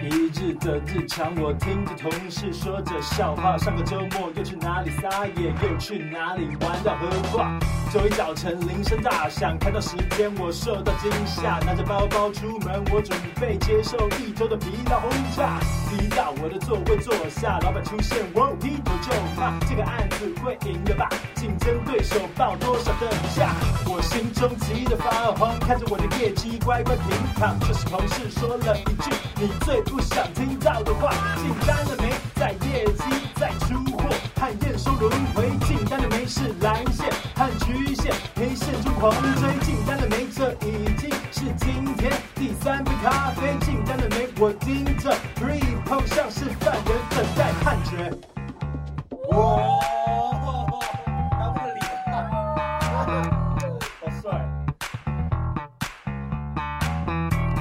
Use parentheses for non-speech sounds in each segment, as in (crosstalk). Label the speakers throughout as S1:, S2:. S1: 一日的日常，我听着同事说着笑话。上个周末又去哪里撒野，又去哪里玩到喝挂。周一早晨铃声大响，看到时间我受到惊吓，拿着包包出门，我准备接受一周的疲劳轰炸。抵到我的座位坐下，老板出现，我劈头就骂，这个案子会赢的吧？竞争对手报多少的价？我心中急得发慌，看着我的业绩乖乖平躺，却是同事说了一句你最不想听到的话，进单了没？在业绩在出货，和验收轮回，进单了没是蓝线和橘线，黑线中狂追，进单了没？这已经是今天第三杯咖啡，进单了没？我盯着 r e p o 像是犯人等待判决。
S2: 哇，当哦这个脸，好帅！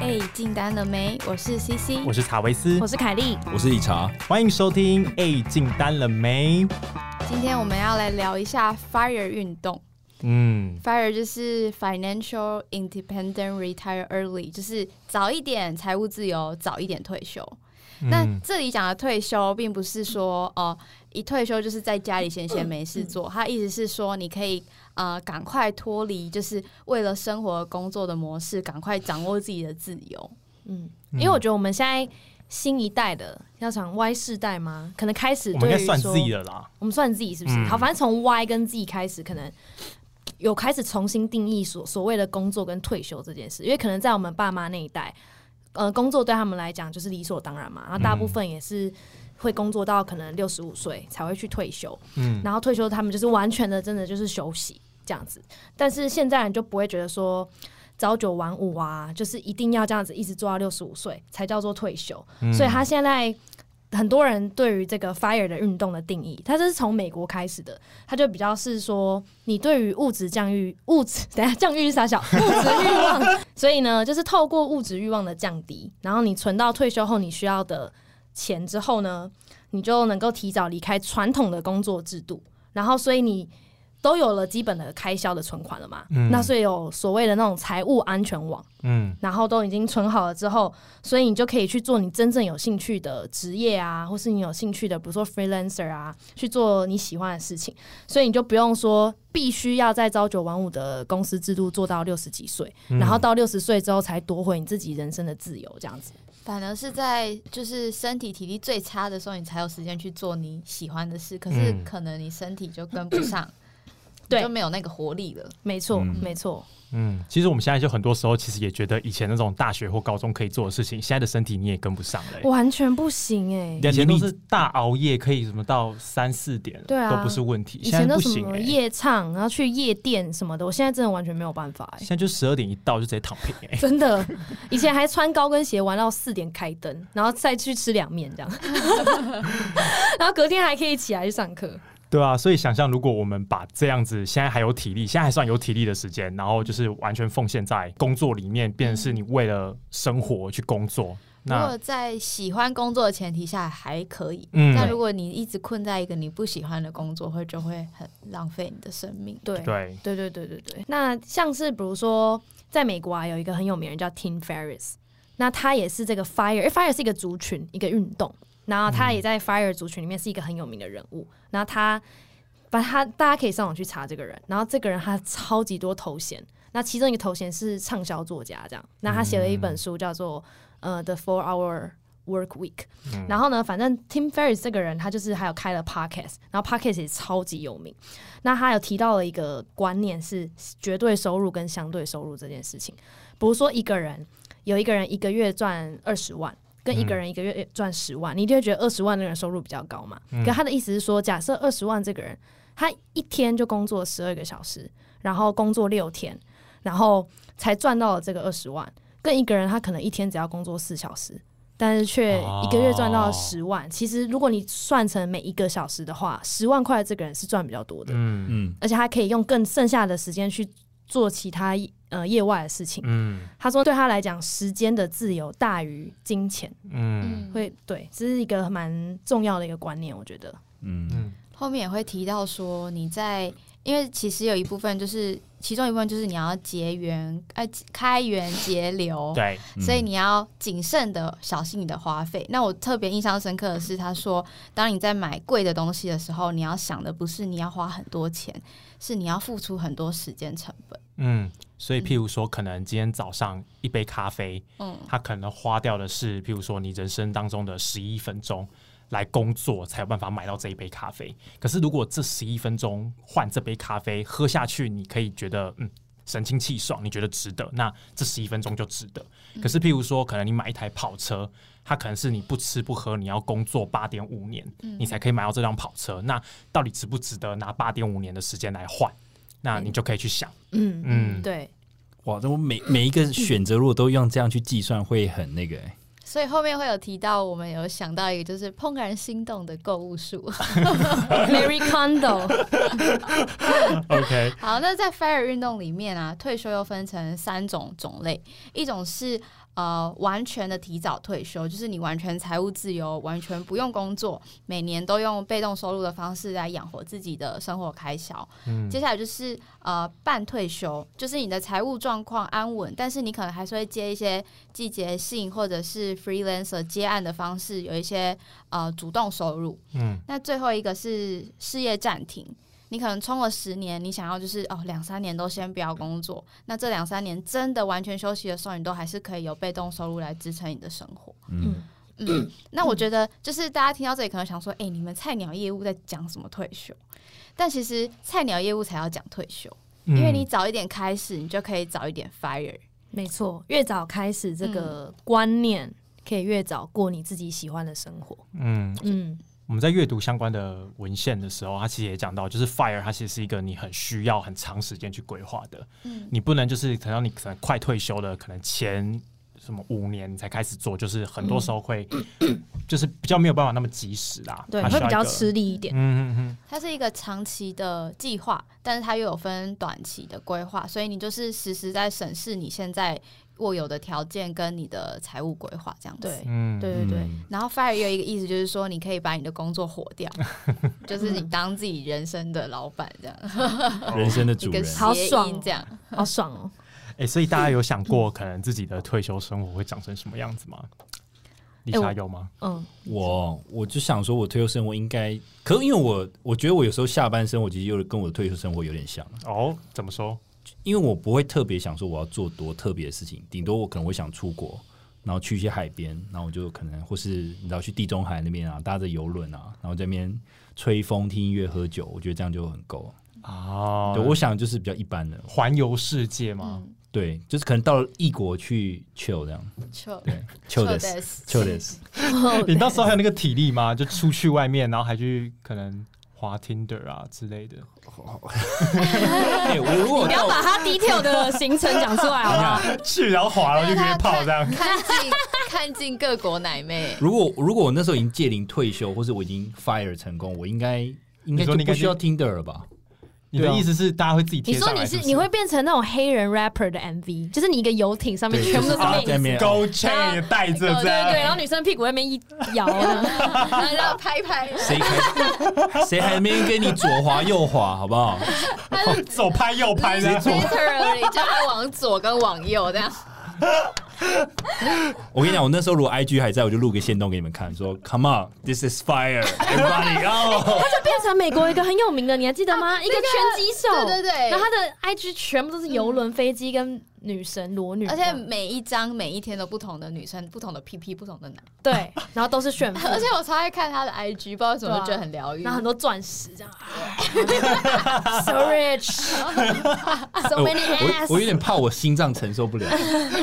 S3: 哎，进单了没？我是 CC，
S1: 我是查维斯
S3: 我，是凯莉。
S4: 我是理查，
S1: 欢迎收听。哎，进单了没？
S3: 今天我们要来聊一下 FIRE 运动。
S1: 嗯，
S3: FIRE 就是 Financial Independent Retire Early，就是早一点财务自由，早一点退休。
S1: 嗯
S3: 那这里讲的退休，并不是说哦、呃一退休就是在家里闲闲没
S1: 嗯
S3: 事做，他意思是说你可以呃赶快脱离，就是为了生活工作的模式，赶快掌握自己的自由。
S5: 嗯，因为我觉得我们现在新一代的要讲 Y 世代嘛，可能开始
S1: 我
S5: 对
S1: 们应
S5: 于
S1: 该算
S5: 说
S1: 自己的啦。
S5: 我们算自己是不是？
S1: 嗯
S5: 好，反正从 Y 跟 Z 开始，可能有开始重新定义所所谓的工作跟退休这件事，因为可能在我们爸妈那一代，呃，工作对他们来讲就是理所当然嘛，然后
S1: 嗯
S5: 大部分也是。会工作到可能六十五岁才会去退休，
S1: 嗯
S5: 然后退休他们就是完全的真的就是休息这样子，但是现在人就不会觉得说朝九晚五啊，就是一定要这样子一直做到六十五岁才叫做退休，
S6: 嗯
S1: 嗯
S5: 所以他现在很多人对于这个 fire 的运动的定义，它这是从美国开始的，它就比较是说你对于物质降欲物质， (laughs) 等一下降欲是啥小物质欲望，所以呢，就是透过物质欲望的降低，然后你存到退休后你需要的钱之后呢，你就能够提早离开传统的工作制度，然后所以你。都有了基本的开销的存款了嘛？那所以有所谓的那种财务安全网，
S1: 嗯
S5: 然后都已经存好了之后，所以你就可以去做你真正有兴趣的职业啊，或是你有兴趣的，比如说 freelancer 啊，去做你喜欢的事情。所以你就不用说必须要在朝九晚五的公司制度做到六十几岁，
S1: 嗯
S5: 然后到六十岁之后才夺回你自己人生的自由，这样子。
S3: 反而是在就是身体体力最差的时候，你才有时间去做你喜欢的事。可是
S1: 嗯
S3: 可能你身体就跟不
S5: (clears throat)
S3: 上，
S5: 对
S3: 你就没有那个活力了。
S5: 没错，
S4: 嗯
S5: 没错，
S1: 嗯，其实我们现在就很多时候，其实也觉得以前那种大学或高中可以做的事情，现在的身体你也跟不上了、欸。
S5: 完全不行哎、
S1: 以前都是大熬夜，可以什么到三四点，
S5: 对啊
S1: 都不是问题。
S5: 以
S1: 现
S5: 前
S1: 在
S5: 都
S1: 不
S5: 什
S1: 行、
S5: 么
S1: 欸，
S5: 夜唱，然后去夜店什么的，我现在真的完全没有办法哎、
S1: 现在就十二点一到就直接躺平、欸，
S5: 真的，以前还穿高跟鞋玩到四点开灯，然后再去吃凉面这样， (laughs) 然后隔天还可以起来去上课。
S1: 对啊，所以想象如果我们把这样子，现在还有体力，现在还算有体力的时间，然后就是完全奉献在工作里面，变成是你为了生活去工作，
S3: 如
S1: 那
S3: 果在喜欢工作的前提下还可以，
S1: 嗯
S3: 但如果你一直困在一个你不喜欢的工作，会就会很浪费你的生命。
S5: 对
S1: 对，
S5: 对对对对对。那像是比如说，在美国啊，有一个很有名的人叫 Tim Ferriss，那他也是这个 Fire，因为 Fire 是一个族群，一个运动，然后他也在 Fire 族群里面是一个很有名的人物。然后他，把他大家可以上网去查这个人，然后这个人他超级多头衔，那其中一个头衔是畅销作家，这样。那他写了一本书叫做呃 The Four Hour。Work Week，、
S6: 嗯
S5: 然
S1: 嗯
S5: 后呢，反正 Tim Ferriss 这个人，他就是还有开了 podcast，然后 podcast 也超级有名，那他有提到了一个观念是绝对收入跟相对收入这件事情，比如说一个人有一个人一个月赚二十万。跟一个人一个月赚十万，你一定会觉得二十万那个人收入比较高嘛？可他的意思是说，假设二十万这个人，他一天就工作十二个小时，然后工作六天，然后才赚到了这个二十万。跟一个人他可能一天只要工作四小时，但是却一个月赚到
S1: 哦
S5: 十万。其实如果你算成每一个小时的话，十万块这个人是赚比较多的。
S1: 嗯
S4: 嗯，
S5: 而且他可以用更剩下的时间去做其他呃业外的事情。
S1: 嗯
S5: 他说，对他来讲，时间的自由大于金钱，
S1: 嗯
S3: 嗯，
S5: 会对，这是一个蛮重要的一个观念，我觉得。
S4: 嗯，
S1: 嗯
S3: 后面也会提到说你在因为其实有一部分就是，其中一部分就是你要节源，呃，开源节流，
S6: 对，
S3: 所以你要谨慎的小心你的花费。那我特别印象深刻的是，他说，当你在买贵的东西的时候，你要想的不是你要花很多钱，是你要付出很多时间成本。
S6: 嗯，所以譬如说，可能今天早上一杯咖啡，
S3: 嗯，
S6: 它可能花掉的是，譬如说你人生当中的十一分钟来工作，才有办法买到这一杯咖啡。可是如果这十一分钟换这杯咖啡喝下去，你可以觉得嗯。神清气爽，你觉得值得？那这十一分钟就值得。可是，譬如说，可能你买一台跑车，它可能是你不吃不喝，你要工作八点五年，你才可以买到这辆跑车。那到底值不值得拿八点五年的时间来换？那你就可以去想。
S5: 嗯
S6: 嗯
S5: 嗯，对，
S4: 哇，这我每每一个选择如果都用这样去计算，会很那个、欸。
S3: 所以后面会有提到，我们有想到一个就是怦然心动的购物术。
S5: Mary Kondo， (laughs)
S6: OK，
S3: 好，那在 FIRE 运动里面啊，退休又分成三种种类，一种是呃完全的提早退休，就是你完全财务自由，完全不用工作，每年都用被动收入的方式来养活自己的生活开销。
S6: 嗯
S3: 接下来就是呃半退休，就是你的财务状况安稳，但是你可能还是会接一些季节性或者是 freelancer 接案的方式，有一些呃主动收入。
S6: 嗯
S3: 那最后一个是事业暂停，你可能冲了十年，你想要就是哦两三年都先不要工作，那这两三年真的完全休息的时候，你都还是可以有被动收入来支撑你的生活。
S4: 嗯，
S3: 嗯，那我觉得就是大家听到这里可能想说，哎、你们菜鸟业务在讲什么退休？但其实菜鸟业务才要讲退休，因
S6: 嗯
S3: 为你早一点开始，你就可以早一点 fire。
S5: 没错，越早开始这个
S3: 嗯
S5: 观念，可以越早过你自己喜欢的生活。
S6: 嗯，
S5: 嗯，
S6: 我们在阅读相关的文献的时候，它其实也讲到，就是 fire 它其实是一个你很需要很长时间去规划的，
S3: 嗯
S6: 你不能就是等到你可能快退休了，可能前什么五年你才开始做，就是很
S5: 嗯
S6: 多时候会 (clears throat) 就是比较没有办法那么及时啦，
S5: 对，
S6: 它需
S5: 会
S6: 要
S5: 比较
S6: 一个
S5: 吃力一点。
S6: 嗯嗯嗯，
S3: 它是一个长期的计划，但是它又有分短期的规划，所以你就是实时在审视你现在握有的条件跟你的财务规划这样子。
S5: 对，
S6: 嗯
S5: 对对对，
S3: 然后 fire 也有一个意思，就是说你可以把你的工作火
S5: (laughs)
S3: 掉，就是你当自己人生的老板这样，
S4: 人生的
S3: 一
S4: 主
S3: 个
S4: 人，
S5: 好
S3: 谐
S5: 爽
S3: 音
S5: 哦
S3: 这样。
S6: 嗯
S5: 好爽哦！
S6: 哎、所以大家有想
S5: 嗯
S6: 过可能自己的退休生活会长成什么样子吗？丽
S5: 我
S6: 莎有吗？
S3: 哦
S5: 嗯，
S4: 我我就想说，我退休生活应该，可因为我我觉得我有时候下半生活其实又跟我的退休生活有点像，
S6: 哦，怎么说？
S4: 因为我不会特别想说我要做多特别的事情，顶多我可能会想出国，然后去一些海边，然后我就可能或是你知道去地中海那边啊，搭着游轮啊，然后这边吹风、听音乐、喝酒，我觉得这样就很够。
S6: 啊，
S4: 对，我想就是比较一般的，
S6: 环游世界吗？
S3: 嗯，
S4: 对，就是可能到了异国去 chill 这样，
S3: 就
S4: 对，chill 的 chill
S6: (laughs)
S3: (laughs)
S4: 的，
S6: 你到时候还有那个体力吗？就出去外面，然后还去可能滑 Tinder 啊之类的。
S4: 哎，我如果
S5: 不要把它 detail 的行程讲出来好
S6: (laughs)
S5: 不好？
S6: (laughs) 去然后滑了就约炮这样。
S3: 哦看尽看尽各国奶妹。
S4: 如果如果我那时候已经届龄退休，或是我已经 fire 成功，我应该应该
S6: 你说
S4: 就
S6: 你应该
S4: 不需要
S6: 就
S4: Tinder 了吧？
S6: (laughs) 你的意思是大家会自己
S5: 你
S6: 贴
S5: 说
S6: 上
S5: 你
S6: 来？
S5: 是
S6: 不
S5: 你会变成那种黑人 rapper 的 MV，就是你一个游艇上面全部都
S4: 大家
S5: 是
S4: 在那
S5: 妹子，
S4: 边
S6: Go Chain 也带着
S5: 对对
S6: 这
S5: 对，然
S6: 样。
S5: 后女生屁股在那边一
S3: (laughs)
S5: 摇啊，
S3: 然后拍拍，
S4: 谁还谁还没给你左滑右滑，好不好？
S6: 左拍右拍这样。
S3: literally 就会往左跟往右这样。
S4: 我跟你讲，我那时候如果 IG 还在，我就录个线动给你们看，说 Come on, this is fire, everybody oh！ go！
S5: 就变成美国一个很有名的，你还记得吗？一个拳击手，
S3: 啊对对对嗯
S5: 然后他的 IG 全部都是游轮、飞机跟女神裸女，
S3: 而且每一张每一天都不同的女生，不同的 PP，不同
S5: (laughs)
S3: 的男。
S5: 对，然后都
S3: (laughs)
S5: 是炫富，
S3: 而且我超爱看她的 IG，不知道为什么
S5: 对啊
S3: 觉得很疗愈。
S5: 然后很多钻石这样，so rich，so
S4: 哎
S5: many
S4: 我我有
S5: ass，
S4: 点怕我心脏承受
S6: (laughs)
S4: 不了，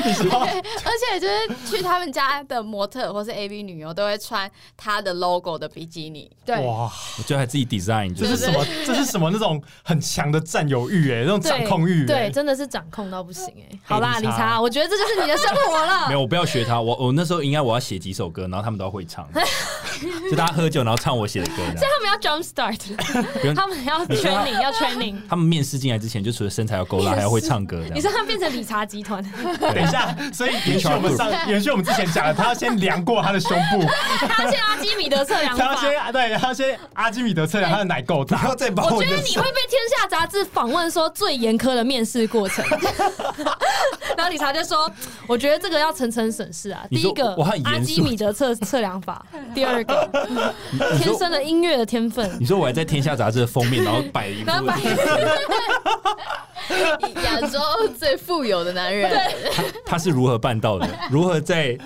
S3: 而且就是去他们家的模特或是 AV 女优都会穿她的 logo 的比基尼，
S5: 对，
S6: 哇，
S4: 我就还自己 design，就
S6: 这是
S4: 是
S6: 什么？这是什么那种很强的占有欲哎，那种掌
S5: 对
S6: 控欲
S5: 对，
S6: 哎。
S5: 真的是掌控到不行哎。好啦，
S6: 理
S5: 理
S6: 查
S5: 查，我觉得这就是你的生活了 (laughs)
S4: 没。有，我不要学他，我我那时候应该我要写几首歌，然后他们都要会唱，就大家喝酒然后唱我写的歌这样。
S5: 他们要 jump start，
S4: 不用
S5: 他们要
S4: 你说他
S5: training，要 training。
S4: 他们面试进来之前，就除了身材要够辣，还要会唱歌这
S5: 你说
S4: 样。
S5: 他变成理查集团，
S4: 对
S5: (laughs)
S6: 等一下，所以延续我们上
S3: Group
S6: 延续我们之前讲的，他要先量过他的胸
S5: (laughs)
S6: 部，
S5: 他先阿基米德测量
S6: 他要。
S5: 法
S6: 先对，他要先阿基米德测量他的奶够
S7: 不要
S6: 大，
S7: 再把
S5: 我
S7: 我
S5: 觉得
S7: 的
S5: 你会被《天下》杂志访问说最严苛的面试过程， (laughs) 然后理查就说：“我觉得这个要层层审视啊。
S4: 你
S5: 第
S4: 说
S5: 一个
S4: 我很，严肃
S5: 阿基米德测测量
S3: (laughs)
S5: 法；第二个，
S4: 你
S5: 天
S4: 说
S5: 生的音乐的天分。
S4: 你说我还在《天下》杂志的封面，然后摆了一
S5: 然后摆
S4: 部，
S3: 亚洲最富有的男人，
S4: 他是如何办到的？如何在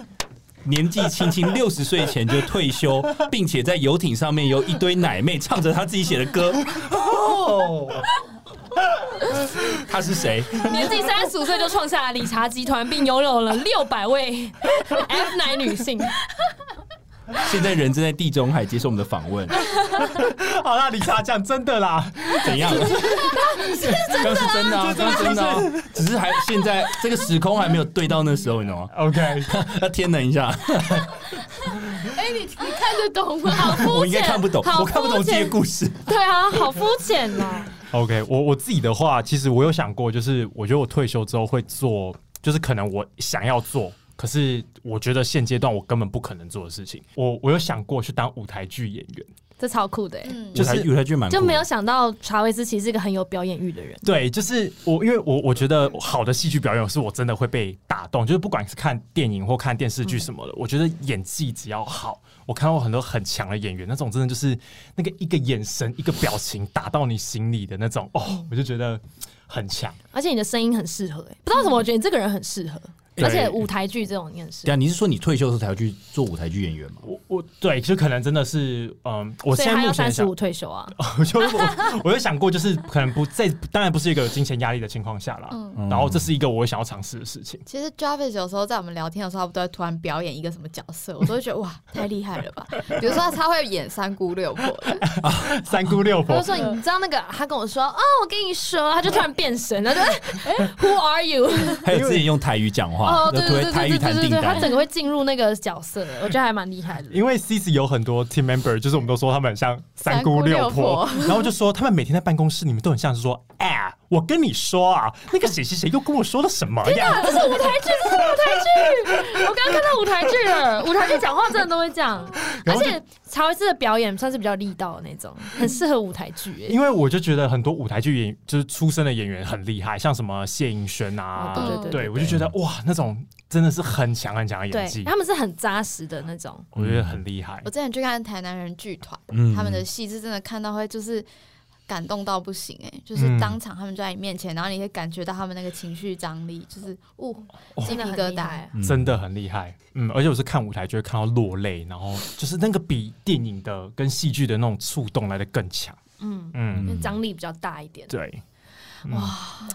S4: 年纪轻轻六十岁前就退休，并且在游艇上面有一堆奶妹唱着他自己写的歌？
S7: 哦，
S4: (laughs) 他是谁？
S5: 年纪三十五岁就创下了理查集团，并拥有了六百位 F 奶女性。
S4: 现在人正在地中海接受我们的访问，
S6: (laughs) 好啦，理查讲真的啦，
S5: (laughs)
S4: 怎样？刚是真的啊，
S6: 这
S4: 刚是
S6: 真的
S4: 真的啊，只是还现在这个时空还没有对到那时候，你知道吗？ (laughs)
S6: OK，
S4: 要天冷一下，
S3: 哎，你你看得懂吗？
S5: 好肤浅，
S4: 我应该看不懂，
S5: 好
S4: 我看不懂
S5: 肤
S4: 这些
S5: 浅
S4: 故事。
S5: 对啊，好肤浅啊呐！
S6: OK，我我自己的话，其实我有想过，就是我觉得我退休之后会做，就是可能我想要做，可是我觉得现阶段我根本不可能做的事情。我我有想过去当舞台剧演员，
S5: 这超酷的欸，
S3: 嗯
S6: 就是
S4: 舞台剧蛮酷的
S5: 就没有想到查韦斯奇是一个很有表演欲的人。
S6: 对，就是我，因为我我觉得好的戏剧表演是我真的会被打动，就是不管是看电影或看电视剧什么的，我觉得演技只要好，我看过很多很强的演员，那种真的就是那个一个眼神、一个表情打到你心里的那种，哦，我就觉得很强。
S5: 而且你的声音很适合、欸，不知道为什么，我觉得你这个人很适合，
S6: 嗯对
S5: 而且舞台剧这种你很适
S4: 对
S5: 合。
S4: 啊，你是说你退休的时候才要去做舞台剧演员吗？
S6: 我我对，就可能真的是，嗯，我
S5: 所
S6: 现在
S5: 以他
S6: 目
S5: 要
S6: 前哦
S5: 三十
S6: 想
S5: 五，退休啊，
S6: 我 (laughs) 就我我就想过，就是可能不在，当然不是一个有金钱压力的情况下啦。
S3: 嗯
S6: 然后这是一个我想要尝试的事情。
S3: 其实 Jarvis 有时候在我们聊天的时候，他不都会突然表演一个什么角色，我都会觉得哇，太厉害了吧！比如说他会演三姑六婆的，
S6: 三姑六
S5: 他
S6: 婆
S5: 就，说你知道那个，他跟我说哦，我跟你说，他就突然变身，他就
S6: (laughs)
S5: 哎、Who are you？
S4: 还有之前用台语讲话
S5: 哦，，
S4: 要
S5: 对对
S4: 推
S5: 对
S4: 台
S5: 对
S4: 语
S5: 对
S4: 谈
S5: 对
S4: 订
S5: 对，他
S4: 单，
S5: 整个会进入那个角色，我觉得还蛮厉害的。
S6: (laughs) 因为 C C 有很多 team member，就是我们都说他们很像三姑六
S3: 三姑六
S6: 婆，然后就说他们每天在办公室，你们都很像是说，哎、我跟你说啊，那个谁谁谁又跟我说了什么呀？
S5: 啊这是舞台剧，这是舞台剧。我刚刚看到舞台剧了，舞台剧讲话真的都会这样，而
S6: (laughs) 然后就
S5: 且查韦斯的表演算是比较力道的那种，很适合舞台剧、欸。
S6: 因为我就觉得很多舞台剧演就是出身的演员很厉害，像什么谢盈萱啊，
S5: 哦对对对对
S6: 我就觉得哇，那种真的是很强很强的演
S5: 对，
S6: 技
S5: 他，们是很扎实的那种。
S6: 我觉得很厉害
S3: 我。之前去看台南人剧团，
S4: 嗯
S3: 他们的戏是真的看到会就是感动到不行哎、
S4: 嗯
S3: 就是当场他们就在你面前，然后你可以感觉到他们那个情绪张力，就是哦，鸡皮疙瘩。
S4: 嗯
S6: 真的很厉害，嗯，而且我是看舞台就会看到落泪，然后就是那个比电影的跟戏剧的那种触动来的更强，
S5: 嗯，
S6: 嗯
S5: 因为张力比较大一点。
S6: 对，哇！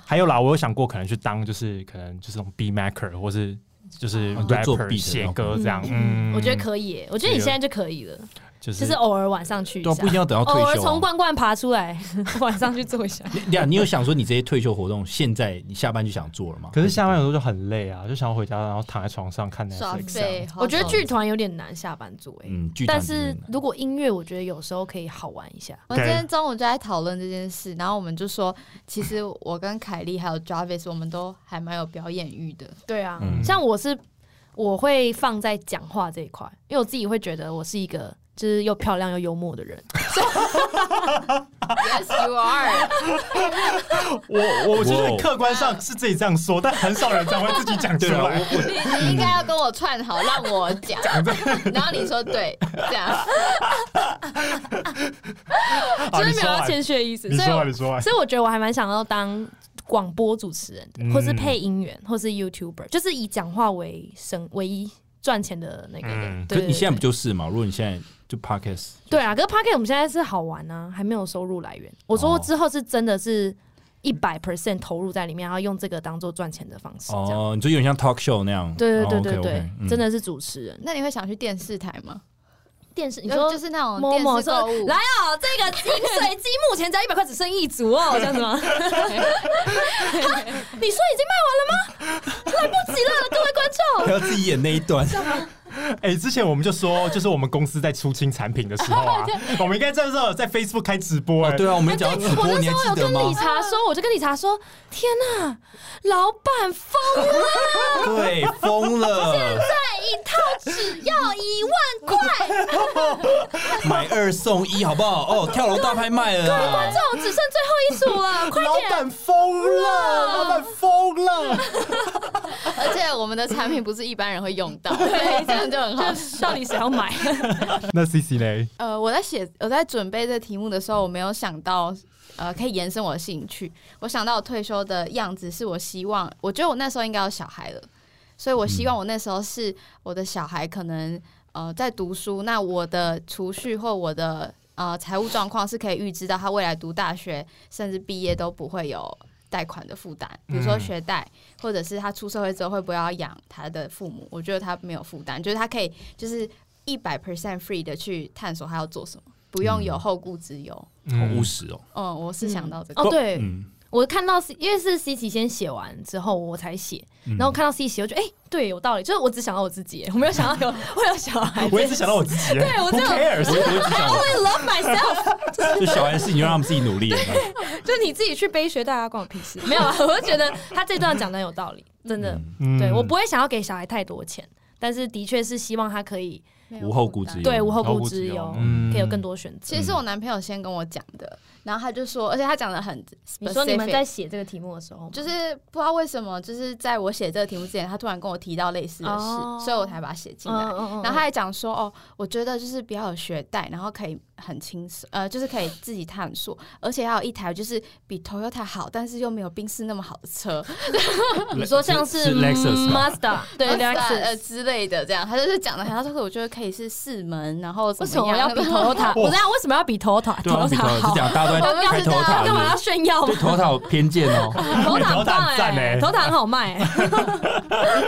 S6: 还有啦，我有想过可能去当就是可能就是那种 B maker 或是就是
S4: 哦你就做
S6: rapper
S4: beat
S6: 写
S4: 的
S6: 歌
S5: 嗯
S6: 这样，嗯，
S5: 我觉得可以耶，我觉得你现在就可以了，
S6: 就
S5: 就是是偶尔晚上去一
S4: 对啊，
S5: 下
S4: 不一定，要等到
S5: 偶
S4: 退
S5: 尔
S4: 休
S5: 从
S4: 啊。
S5: 罐罐爬出来， (laughs) 晚上去做一下。
S4: 你对啊，你有想说你这些退休活动，现在你下班就想做了吗？
S6: 可是下班有时候就很累啊，就想要回家，然后躺在床上看
S3: 耍
S6: Netflix 啊这
S3: 废
S6: 样。，
S5: (laughs) 啊我觉得剧团有点难下班做哎，
S4: 嗯，剧团
S5: 但
S4: 就是
S5: 如果音乐，我觉得有时候可以好玩一下。
S3: 我们今天中午就在讨论这件事，然后我们就说，其实我跟凯莉还有 Jarvis，我们都还蛮有表演欲的。
S5: 对啊
S4: 嗯
S5: 像我是我会放在讲话这一块，因为我自己会觉得我是一个就是又漂亮又幽默的人。
S3: yes, you are。
S6: 我我我觉
S4: 哇
S6: 得客观上是自己这样说，但很少人才会自己讲出
S4: 对啊，
S6: 来。
S4: 我我
S3: (laughs) 你应该要跟我串好，让我讲， (laughs) 然后你说对，这样。
S6: (laughs) 好
S5: 真的
S6: 啊你
S5: 没
S6: 说
S5: 有要
S6: 完
S5: 谦虚的意思，
S6: 你
S5: 所以
S6: 说啊
S5: 我
S6: 完，你说
S4: (laughs)
S6: 完。
S5: 所以我觉得我还蛮想要当广播主持人的，
S6: 嗯
S5: 或是配音员，或是 YouTuber，就是以讲话为生唯一赚钱的那个人。
S6: 嗯
S4: 可
S5: 对
S4: 是你现在不就是嘛？如果你现在就 podcast，
S5: 对啊？可是 Pocket 我们现在是好玩啊，还没有收入来源。我说
S4: 哦
S5: 之后是真的是一百 percent 投入在里面，然后用这个当做赚钱的方式，这样。
S4: 哦，你就有点像 talk show 那样。
S5: 对对对
S4: 哦
S5: 对
S4: ，OK，OK，
S5: 对，
S4: 嗯
S5: 真的是主持人。呃
S3: 那你会想去电视台吗？
S5: 电视，你
S3: 就
S5: 说
S3: 就是那种
S5: 某
S3: 哦电
S5: 某
S3: 视
S5: 说
S3: 购物，
S5: 来哦，这个
S3: (laughs)
S5: 饮水机目前只要一百块，只剩一组哦，这样子吗？你说已经卖完了吗？来不及了，各位观众。 (laughs)
S4: 还要自己演那一段，
S6: 哎、之前我们就说，就是我们公司在出清产品的时候
S5: (laughs)
S6: 啊，我们应该在时候在 Facebook 开直播、
S4: 哦
S6: 哎、
S8: 对啊，我们讲到直
S5: 我
S8: 播，
S5: 那
S8: (laughs) 你
S5: 时
S8: 还
S5: 候有
S8: 记得
S5: 跟理
S8: 吗？
S5: 查说，我就跟理查说：“天哪、老板疯了，
S8: 对，疯
S5: (laughs)
S8: 了，
S5: 一套只要一万
S8: (laughs)
S5: 块，
S8: 买二送一，好不好？哦，跳楼大拍卖了啊
S5: 观
S8: 啦，
S5: 众只剩最后一组了，快
S6: 老
S5: 点
S6: 板疯了，老板疯
S5: (laughs)
S6: 了，
S3: 而且我们的产品不是一般人会用到， (laughs) 对，这样就很好！”笑。
S5: 到底谁要 (laughs) 买？
S6: 那 C C 嘞？
S3: 呃，我在写我在准备这题目的时候，我没有想到呃可以延伸我的兴趣。我想到我退休的样子，是我希望，我觉得我那时候应该有小孩了，所以我希望我那时候是我的小孩可能呃在读书，那我的储蓄或我的呃财务状况是可以预知到他未来读大学甚至毕业都不会有。贷款的负担，比如说
S6: 嗯
S3: 学贷，或者是他出社会之后会不会要养他的父母？我觉得他没有负担，就是他可以就是一百 percent free 的去探索他要做什么，不用有后顾之忧。
S5: 嗯
S4: 好务实哦。
S3: 嗯，我是想到这个，
S5: 哦，对，
S4: 嗯，
S5: 我看到 C，因为是 C 琪先写完之后我才写，
S4: 嗯
S6: 嗯
S5: 然后看到 C 琪，我觉得哎、对，有道理，就是我只想到我自己，我没有想到有 (laughs) 会有小孩。
S6: 我一直想到我自己、哎
S5: 对
S6: (laughs)
S5: 我
S6: Who
S5: 只有
S6: cares？
S4: 我只想
S5: I love myself，
S4: 就小孩的事情，就让他们自
S5: (laughs)
S4: 己努力。
S5: 就你自己去背学，大家关我屁事。没有啊， (laughs) 我就觉得他这段讲的有道理，真的。
S6: 嗯
S5: 对我不会想要给小孩太多钱，但是的确是希望他可以
S3: 没有
S4: 无后顾之忧
S3: 担
S5: 对无后
S6: 无后
S5: 顾
S6: 顾
S5: 之
S6: 之
S5: 忧
S6: 忧，
S5: 可以有更多选择。
S3: 其实是我男朋友先跟我讲的，然后他就说，而且他讲的很 specific，
S5: 嗯你说你们在写这个题目的时候吗，
S3: 就是不知道为什么，就是在我写这个题目之前，他突然跟我提到类似的事，
S5: 哦
S3: 所以我才把它写进来。
S5: 嗯
S3: 然后他还讲说，哦，我觉得就是不要有学贷，然后可以很轻松，呃，就是可以自己探索，而且要有一台就是比 Toyota 好，但是又没有宾士那么好的车，
S5: 你说像
S4: 是是 Lexus 吧
S5: Mazda 对
S3: 对
S5: Lexus
S3: 呃之类的，这样他就是讲的，他说我觉得可以是四门，然后
S5: 为
S3: 怎
S5: 什么
S3: 样
S5: 要比 Toyota？我知道为什么要比 Toyota？
S4: 对啊，比头是
S5: (laughs) 好，
S4: 讲大家都在开头塔，
S5: 干嘛要炫耀嘛
S4: 对头塔有偏见哦。
S5: (laughs) ？Toyota 很
S6: 哎 Toyota
S5: 棒
S6: 很赞
S5: 哎
S6: 哎
S5: ，Toyota 很好卖哎。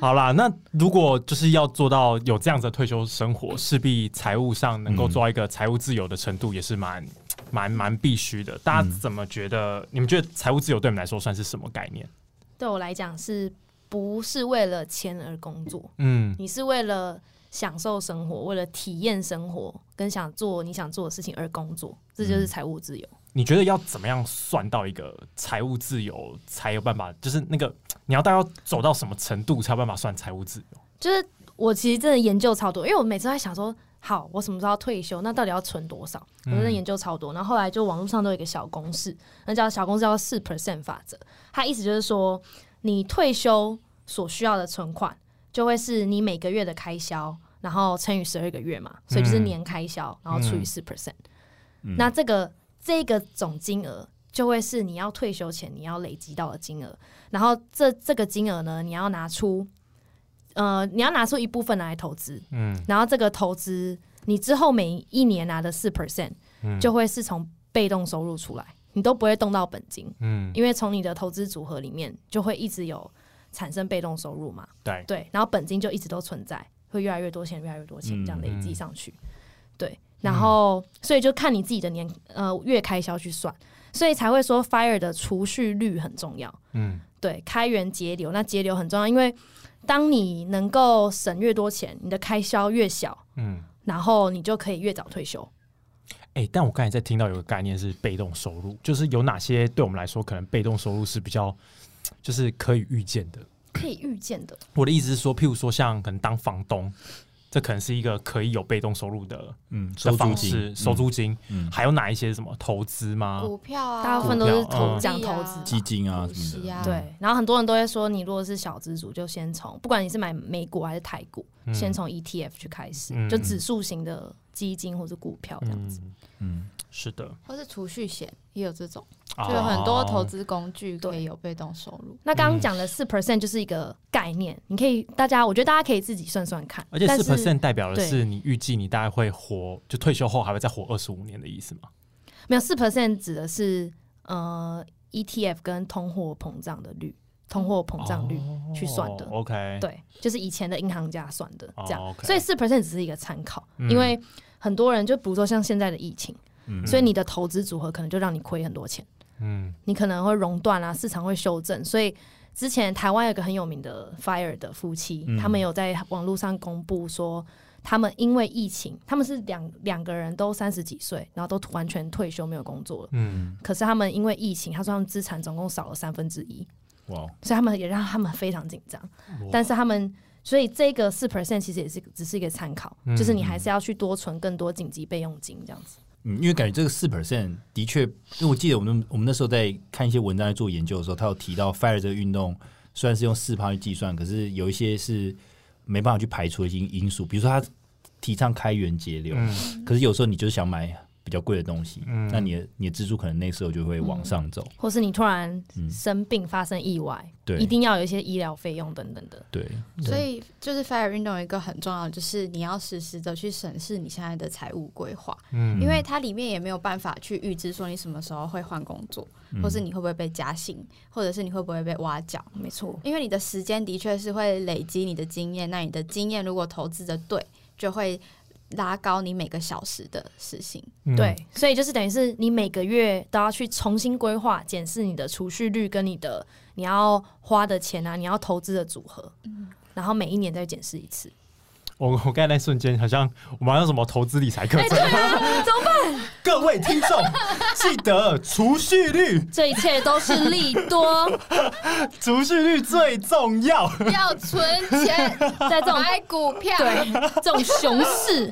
S6: 好啦，那如果就是要做到有这样子的退休生活，势必财务上能够做到一个财务自由的程度，也是蛮蛮蛮必须的。大家怎么觉得？你们觉得财务自由对你们来说算是什么概念？
S5: (laughs) 对我来讲，是不是为了钱而工作？
S6: 嗯
S5: 你是为了享受生活，为了体验生活，跟想做你想做的事情而工作，这就是财务自由。
S6: 你觉得要怎么样算到一个财务自由才有办法？就是那个你要大概要走到什么程度才有办法算财务自由？
S5: 就是我其实真的研究超多，因为我每次都在想说，好，我什么时候要退休？那到底要存多少？我真的研究超多。然后后来就网络上都有一个小公式，那叫小公式叫四 percent 法则。它意思就是说，你退休所需要的存款就会是你每个月的开销，然后乘以十二个月嘛，所以就是年开销，然后除
S6: 嗯
S5: 以四 percent。那这个这个总金额就会是你要退休前你要累积到的金额，然后这这个金额呢，你要拿出。呃，你要拿出一部分拿来投资，
S6: 嗯
S5: 然后这个投资你之后每一年拿的四 percent
S6: 嗯
S5: 就会是从被动收入出来，你都不会动到本金，
S6: 嗯，
S5: 因为从你的投资组合里面就会一直有产生被动收入嘛，
S6: 对，
S5: 对，然后本金就一直都存在，会越来越多钱，越来越多
S6: 嗯
S5: 钱，这样累积上去，对，然后所以就看你自己的年呃月开销去算，所以才会说 fire 的储蓄率很重要，
S6: 嗯
S5: 对，开源节流，那节流很重要，因为当你能够省越多钱，你的开销越小，
S6: 嗯。
S5: 然后你就可以越早退休。
S6: 哎、但我刚才在听到有个概念是被动收入，就是有哪些对我们来说可能被动收入是比较就是可以预见的。
S5: 可以预见的，
S6: 我的意思是说，譬如说像可能当房东，这可能是一个可以有被动收入的
S4: 嗯，
S6: 的
S4: 收租
S6: 方式，
S4: 金，
S6: 收租金。
S4: 嗯
S6: 还有哪一些什么投资吗？
S3: 股票啊，
S5: 大部分都是
S6: 股
S5: 投
S6: 票
S5: 讲
S3: 嗯
S5: 投资嘛
S4: 基金啊
S3: 股
S4: 什么
S3: 息啊
S4: 的。
S5: 对，然后很多人都会说，你如果是小资族，就先从不管你是买美股还是台股，
S6: 嗯
S5: 先从 ETF 去开始，
S6: 嗯
S5: 就指数型的基金或者股票这样子。
S6: 嗯，
S4: 嗯，
S6: 是的，啊
S3: 或是储蓄险也有这种，
S4: 哦
S6: 就
S3: 就有很多投。资工具可以有被动收入。
S5: 那
S6: 嗯
S5: 刚刚讲的四 percent 就是一个概念，你可以大家，我觉得大家可以自己算算看。
S6: 而且
S5: 但
S6: 四
S5: 是
S6: percent 代表的
S5: 对
S6: 是你预计你大概会活，就退休后还会再活二十五年的意思嘛？
S5: 没有四 percent 指的是呃 ETF 跟通货膨胀的率，通货膨胀率去算的。
S6: 哦 OK，，
S5: 对，就是以前的银行家算的这样
S6: 哦，OK
S5: 所以四 percent 只是一个参考，
S6: 嗯
S5: 因为很多人就比如说像现在的疫情，
S4: 嗯
S5: 所以你的投资组合可能就让你亏很多钱，
S6: 嗯
S5: 你可能会熔断啊，市场会修正，所以之前台湾有个很有名的 fire 的夫妻，
S4: 嗯
S5: 他们有在网络上公布说，他们因为疫情，他们是两两个人都三十几岁，然后都完全退休没有工作了。
S6: 嗯，
S5: 可是他们因为疫情，他说他们资产总共少了三分之一，
S4: 哇，哦
S5: 所以他们也让他们非常紧张。但是他们，所以这个四 percent 其实也是只是一个参考，
S6: 嗯
S5: 就是你还是要去多存更多紧急备用金这样子。
S4: 嗯，因为感觉这个四 percent 的确，因为我记得我们我们那时候在看一些文章在做研究的时候，他有提到 fire 这个运动虽然是用四趴去计算，可是有一些是没办法去排除的一些因素，比如说他提倡开源节流，可是有时候你就是想买比较贵的东西，那你的你的支出可能那时候就会往上走，
S5: 或是你突然
S4: 嗯
S5: 生病发生意外，
S4: 对
S5: 一定要有一些医疗费用等等的。
S4: 对，
S3: 所以就是 FIRE 运动有一个很重要的，就是你要实时的去审视你现在的财务规划，
S6: 嗯
S3: 因为它里面也没有办法去预知说你什么时候会换工作，
S4: 嗯
S3: 或是你会不会被加薪，或者是你会不会被挖角。
S5: 没错，
S3: 因为你的时间的确是会累积你的经验，那你的经验如果投资的对，就会拉高你每个小时的时薪。
S6: 嗯
S5: 对，，所以就是等于是你每个月都要去重新规划、检视你的储蓄率跟你的你要花的钱啊，你要投资的组合，然后每一年再检视一次。 (laughs)
S6: 我我刚才那瞬间好像我们好像什么投资理财
S5: 哎
S6: 课程，各位听众记得储蓄率，
S5: 这一切都是利多，
S6: 储蓄率最重
S5: (laughs)
S6: 要。
S3: 要存钱
S5: 在这种
S3: 买股票，
S5: 对这种熊市，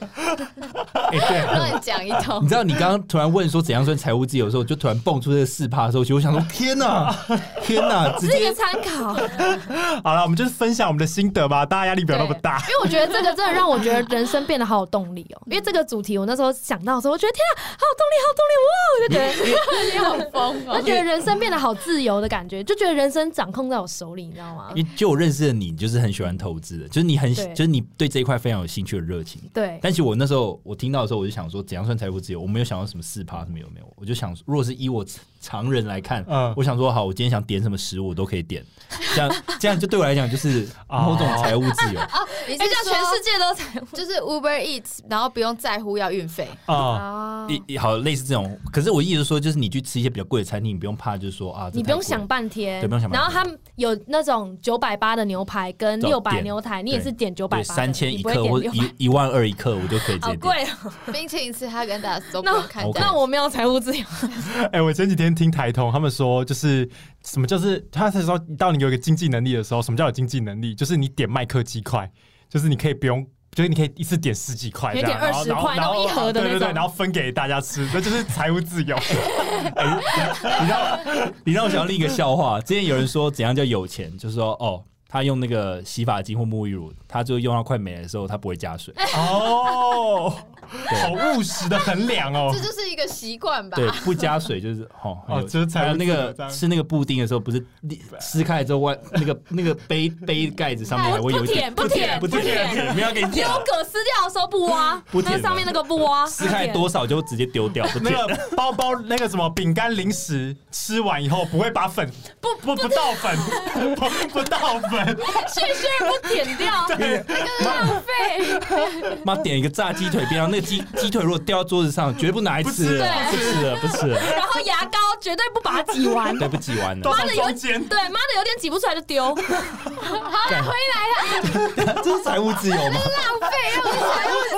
S4: 哎啊
S3: 乱讲一通
S8: 你。知道你刚刚突然问说怎样算财务自由的时候，就突然蹦出这个四趴的时候，其实我想说天哪，天哪，直
S5: 这是一
S8: 接
S5: 个参考。
S6: 好了，我们就是分享我们的心得吧，大家压力不要那么大。
S5: 因为我觉得这个真的让我觉得人生变得好有动力哦。因为这个主题，我那时候想到的时候，我觉得天啊，好有动力，好有动力，哇！我就觉得。
S3: 你好疯 (laughs)
S5: 我！觉得人生变得好自由的感觉，就觉得人生掌控在我手里，你知
S3: (laughs)
S5: 道吗？
S4: 因为就我认识的你，你就是很喜欢投资的，就是你很
S5: 对
S4: 就是你对这一块非常有兴趣的热情，
S5: 对，
S4: 但其实我那时候我听到的时候，我就想说，怎样算财富自由？我没有想到什么四趴什么有没有，我就想，如果是以我常人来看，
S6: 嗯
S4: 我想说，好，我今天想点什么食物我都可以点，这样这样就对我来讲就是
S6: 哦
S4: 某种财务自由。
S3: 你是
S5: 哎，这样
S3: 说
S5: 全世界都才
S3: 就是 Uber Eats，然后不用在乎要运费，
S6: 啊，
S5: 啊，
S4: 一一好类似这种，可是我一直说，就是你去吃一些比较贵的餐厅，你不用怕，就是说啊，这
S5: 你不用
S4: 太贵
S5: 想半天，
S4: 对不用想半
S5: 然
S4: 天
S5: 后他们有那种九百八的牛排跟
S4: 对
S5: 六百
S4: 点
S5: 牛排，你也是点九百
S4: 对
S5: 八，
S4: 三千一
S5: 你不会
S4: 克
S5: 点
S4: 或
S5: 600
S4: 一一万二一克，我就可以直
S5: 好
S4: 接点。
S5: 贵哦。
S3: 冰淇淋吃哈根达斯都不
S5: 那
S3: 用看价
S4: 我
S3: 钱。
S5: 那我没有财务 (laughs) 自由，
S6: 哎、我前几天听台通他们说，就是什么，就是他是说，到你有一个经济能力的时候，什么叫有经济能力？就是你点麦克鸡块，就是你可以不用。就是你可以一次点十几块这
S5: 有
S6: 样，
S5: 点
S6: 然后
S5: 20块
S6: 然后
S5: 那种一盒的
S6: 对对对，
S5: 那种
S6: 然后分给大家吃，这就是财务
S5: (laughs)
S6: 自由。
S4: 你让我想到另一个笑话。之前有人说怎样叫有钱，就是说哦，他用那个洗发精或沐浴乳，他就用到快没的时候，他不会加水。
S5: 哎
S6: 哦，好务实的衡量哦
S3: 这。就是一个习惯吧。
S4: 对，不加水就是哦，
S6: 哦
S4: 很有
S6: 就是才
S4: 还有
S6: 会
S4: 那
S6: 自由
S4: 个
S6: 这样
S4: 吃那个布丁的时候，不是撕开之后外那个那个杯杯盖子上面还会有一点
S5: 不舔
S4: 不
S5: 不舔
S4: 不舔，没有给你舔
S5: 优，格撕掉的时候不挖，
S4: 不舔
S5: 那上面那个不挖，
S4: 撕开
S5: 不舔
S4: 多少就直接丢掉，不
S6: 那
S4: 舔。
S6: 个包包那个什么饼干零食吃完以后不会把粉不不不倒粉 (laughs) 不不倒粉，
S5: 屑屑不舔
S4: (laughs)
S5: 掉，浪费。
S4: 妈点一个炸鸡腿边上，那个鸡鸡腿如果掉到桌子上，绝对不拿来吃了，
S5: 不
S4: 不吃了，不吃了，
S5: 然后牙膏绝对不把它挤
S4: (laughs)
S5: 完，
S4: 对不起完了
S6: 都。
S5: 妈的
S6: 从
S5: 有
S6: 中间
S5: 对，妈的有点挤不出来就丢。
S4: 干这是财务自由吗？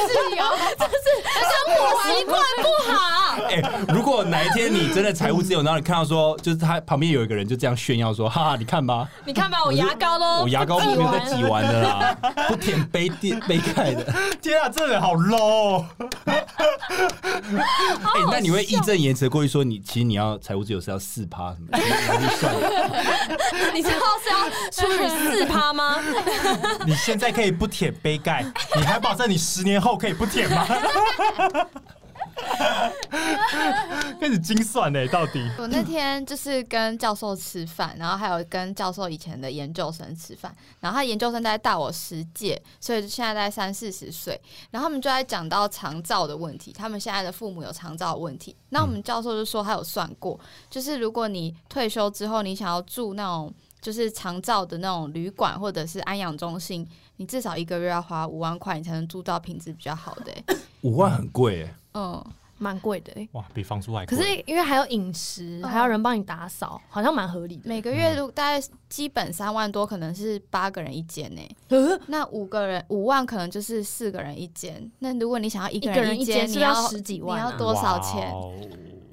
S3: 自
S4: (laughs)
S3: 由，
S5: 生活习惯不好，
S4: 哎、如果哪一天你真的财务自由，然后你看到说，就是他旁边有一个人就这样炫耀说，哈哈，你看吧，
S5: 你看吧，我牙膏都
S4: 我牙膏
S5: 不
S4: 没
S5: 挤
S4: 有
S5: 完
S4: 在挤完的啦，不舔杯垫杯盖的。
S6: 天啊，这人好 low 哦、
S4: 哎、那你会义正言辞地过去说你，其实你要财务自由是要四趴什么的？你去算了
S5: 你知道是要除以四趴吗？
S6: 你现在可以不舔杯盖，你还保证你十年后可以不舔吗？开始精算呢，到底
S3: 我那天就是跟教授吃饭，然后还有跟教授以前的研究生吃饭，然后他研究生大概大我十届，所以现在大概三四十岁，然后他们就在讲到长照的问题，他们现在的父母有长照的问题。那我们教授就说他有算过，就是如果你退休之后，你想要住那种就是长照的那种旅馆或者是安养中心，你至少一个月要花五万块，你才能住到品质比较好的欸、
S4: 五万很贵、哎
S3: 嗯，
S5: 蛮贵的、欸。
S6: 哇，比房租还
S5: 可
S6: 贵。
S5: 是因为还有饮食，
S3: 哦
S5: 还有人帮你打扫，好像蛮合理的。
S3: 每个月如大概基本三万多，可能是八个人一间欸呢、
S5: 呃
S3: 那五个人五万可能就是四个人一间。那如果你想要一
S5: 一
S3: 个
S5: 个人
S3: 一
S5: 一
S3: 间，
S5: 间
S3: 你
S5: 是
S3: 要
S5: 要十几万啊
S3: 你要多少钱？
S6: 哇哦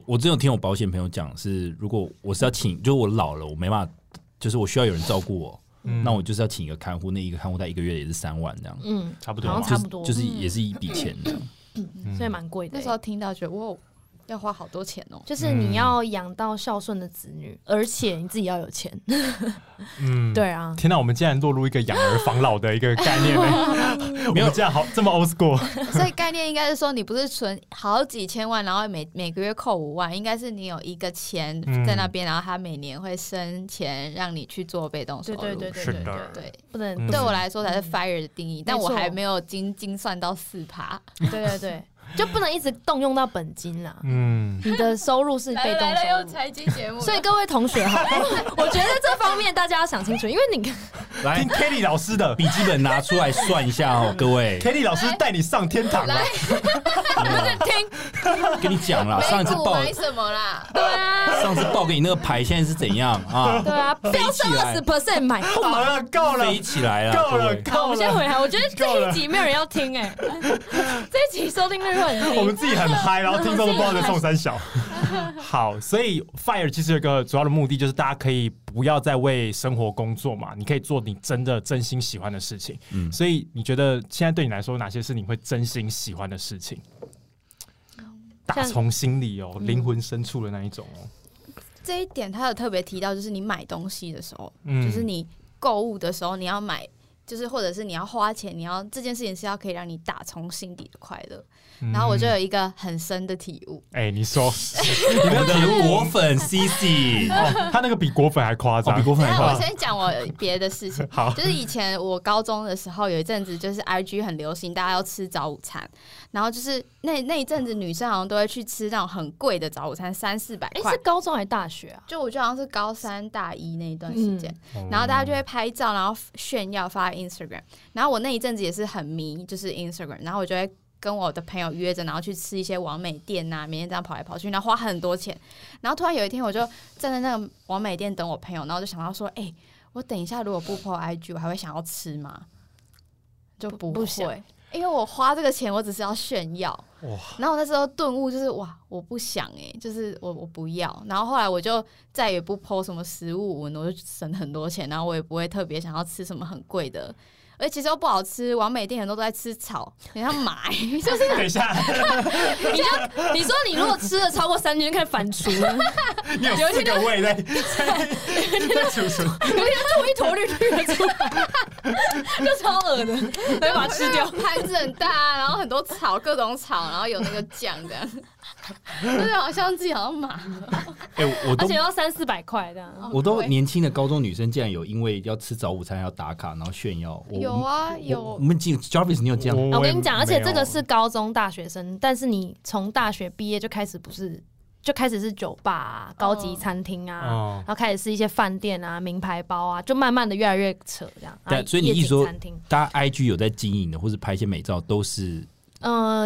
S4: 我之前有听我保险朋友讲，是如果我是要请，就是我老了，我没办法，就是我需要有人照顾我，
S6: 嗯
S4: 那我就是要请一个看护，那一个看护他一个月也是三万这样，
S5: 嗯，
S6: 差不多啊
S5: 好
S6: 吧
S5: 像差不多，
S4: 就是也是一笔钱这样。
S5: 所
S6: 嗯
S5: 以蛮贵的
S3: 那
S5: 欸、
S3: 时候听到觉得哇，要花好多钱
S5: (laughs)
S3: 哦、
S5: 就是你要养到孝顺的子女，而且你自己要有钱。
S6: 嗯，
S5: (laughs) 对啊，
S6: 天哪，我们竟然落入一个养儿防老的一个概念呢、我们这样好这么 old school，
S3: 所以概念应该是说，你不是存好几千万，然后每每个月扣五万，应该是你有一个钱在那边，然后他每年会生钱让你去做被动收
S5: 对
S3: 入。
S5: 对对对
S6: 是
S5: 对
S6: 的
S5: 对
S3: 对
S5: 不能
S6: 嗯
S3: 对我来说才是 fire 的定义，但我
S5: 没错
S3: 还没有精精算到四趴。
S5: 对对对，就不能一直动用到本金 (laughs) 啦。
S6: 嗯，
S5: 你的收入是被动收入。
S3: 财经节
S5: (laughs)
S3: 目
S5: 所以各位同学哈， (laughs) 我觉得这方面大家要想清楚，因为你看，
S4: 来
S6: 听 Kelly 老师的
S4: 笔记本拿出来算一下哦，
S6: (laughs)
S4: 各位，
S6: ，Kelly 老师带你上天堂了，啊
S4: 跟你讲啦，啊上一次报
S3: 什么啦？
S5: 对啊，
S4: 上次报给你那个牌现在是怎样啊？
S5: 对啊，飙升
S4: 起来
S5: 二十
S6: (laughs)
S5: percent 买。
S6: 好了，，Oh 够了，
S4: 飞起来了，
S6: 够
S4: 各
S6: 了，
S4: 位。
S5: 好，
S6: 够
S5: 我们先
S6: 了。
S5: 回来。我觉得
S6: 够
S5: 这
S6: 了
S5: 一集没有人要
S6: (laughs)
S5: 听哎，这一集收听率会很低。
S6: 我们自己很嗨，然后听众都不知
S5: (laughs)
S6: 道在冲三小。好，所以 fire 其实有一个主要的目的，就是大家可以不要再为生活工作嘛，你可以做你真的真心喜欢的事情。
S4: 嗯
S6: 所以你觉得现在对你来说，哪些是你会真心喜欢的事情？打从心里哦，
S5: 嗯
S6: 灵魂深处的那一种哦。
S3: 这一点他有特别提到，就是你买东西的时候，
S6: 嗯
S3: 就是你购物的时候，你要买，就是或者是你要花钱，你要这件事情是要可以让你打从心底的快乐。
S6: 嗯
S3: 然后我就有一个很深的体
S6: (laughs)
S3: 悟，
S6: 哎、你
S5: (laughs)
S6: 说
S4: 我们的果粉 CC，
S6: 哦，他那个比果粉还夸张，，
S4: 哦比果粉还
S3: 那
S4: 夸
S3: 我
S4: 张
S3: 先讲我别的事情
S6: (laughs) 好
S3: 就是以前我高中的时候有一阵子，就是 IG 很流行，大家要吃早午餐，然后就是那那一阵子女生好像都会去吃那种很贵的早午餐，三四百
S5: 哎，
S3: 块
S5: 是。高中还是大学啊？
S3: 就我觉得好像是高三大一那一段时间，
S6: 嗯
S3: 然后大家就会拍照，然后炫耀发 Instagram。然后我那一阵子也是很迷，就是 Instagram，然后我就会跟我的朋友约着，然后去吃一些完美店呐、每天这样跑来跑去，然后花很多钱。然后突然有一天，我就站在那个完美店等我朋友，然后就想到说，哎、我等一下如果不 po IG，我还会想要吃吗？就不
S5: 不想
S3: 会。因为我花这个钱，我只是要炫耀。
S6: 哇
S3: 然后我那时候顿悟就是哇，我不想哎、就是我我不要。然后后来我就再也不剖什么食物文，我就省很多钱，然后我也不会特别想要吃什么很贵的，而且其实又不好吃。完美店很多都在吃草，很像马、欸， (laughs) 就是
S6: 哦等一下，
S5: 你就你说你如果吃了超过三天，开始反刍
S3: (laughs)
S5: 了，
S6: 你有四个味在在储存，
S5: 有一天吐一坨绿绿的出来，就超恶的，然后把它吃
S4: (laughs)
S5: 掉。
S3: (laughs) 盘子很大啊，然后很多草，各种草，然后有那个酱这样， (laughs) 就是好像自己好像马。
S4: 哎，我
S5: 而
S4: 都
S5: 且要三四百块这样。
S3: 哦
S4: 我都年轻的高中女生，竟然有因为要吃早午餐要打卡，然后炫耀。我
S3: 有，啊
S4: 我我
S3: 有，
S4: 们进 Jarvis，你有这样？
S6: 哦
S5: 啊我跟你讲，而且这个是高中大学生，但是你从大学毕业就开始不是，就开始是酒吧、啊、高级餐厅啊，
S6: 哦
S5: 然后开始是一些饭店啊、名牌包啊，就慢慢的越来越扯这样。
S4: 对
S5: 啊
S4: 所以你
S5: 夜景
S4: 一说
S5: 餐厅，
S4: 大家 IG 有在经营的，或是拍一些美照，都是
S5: 呃。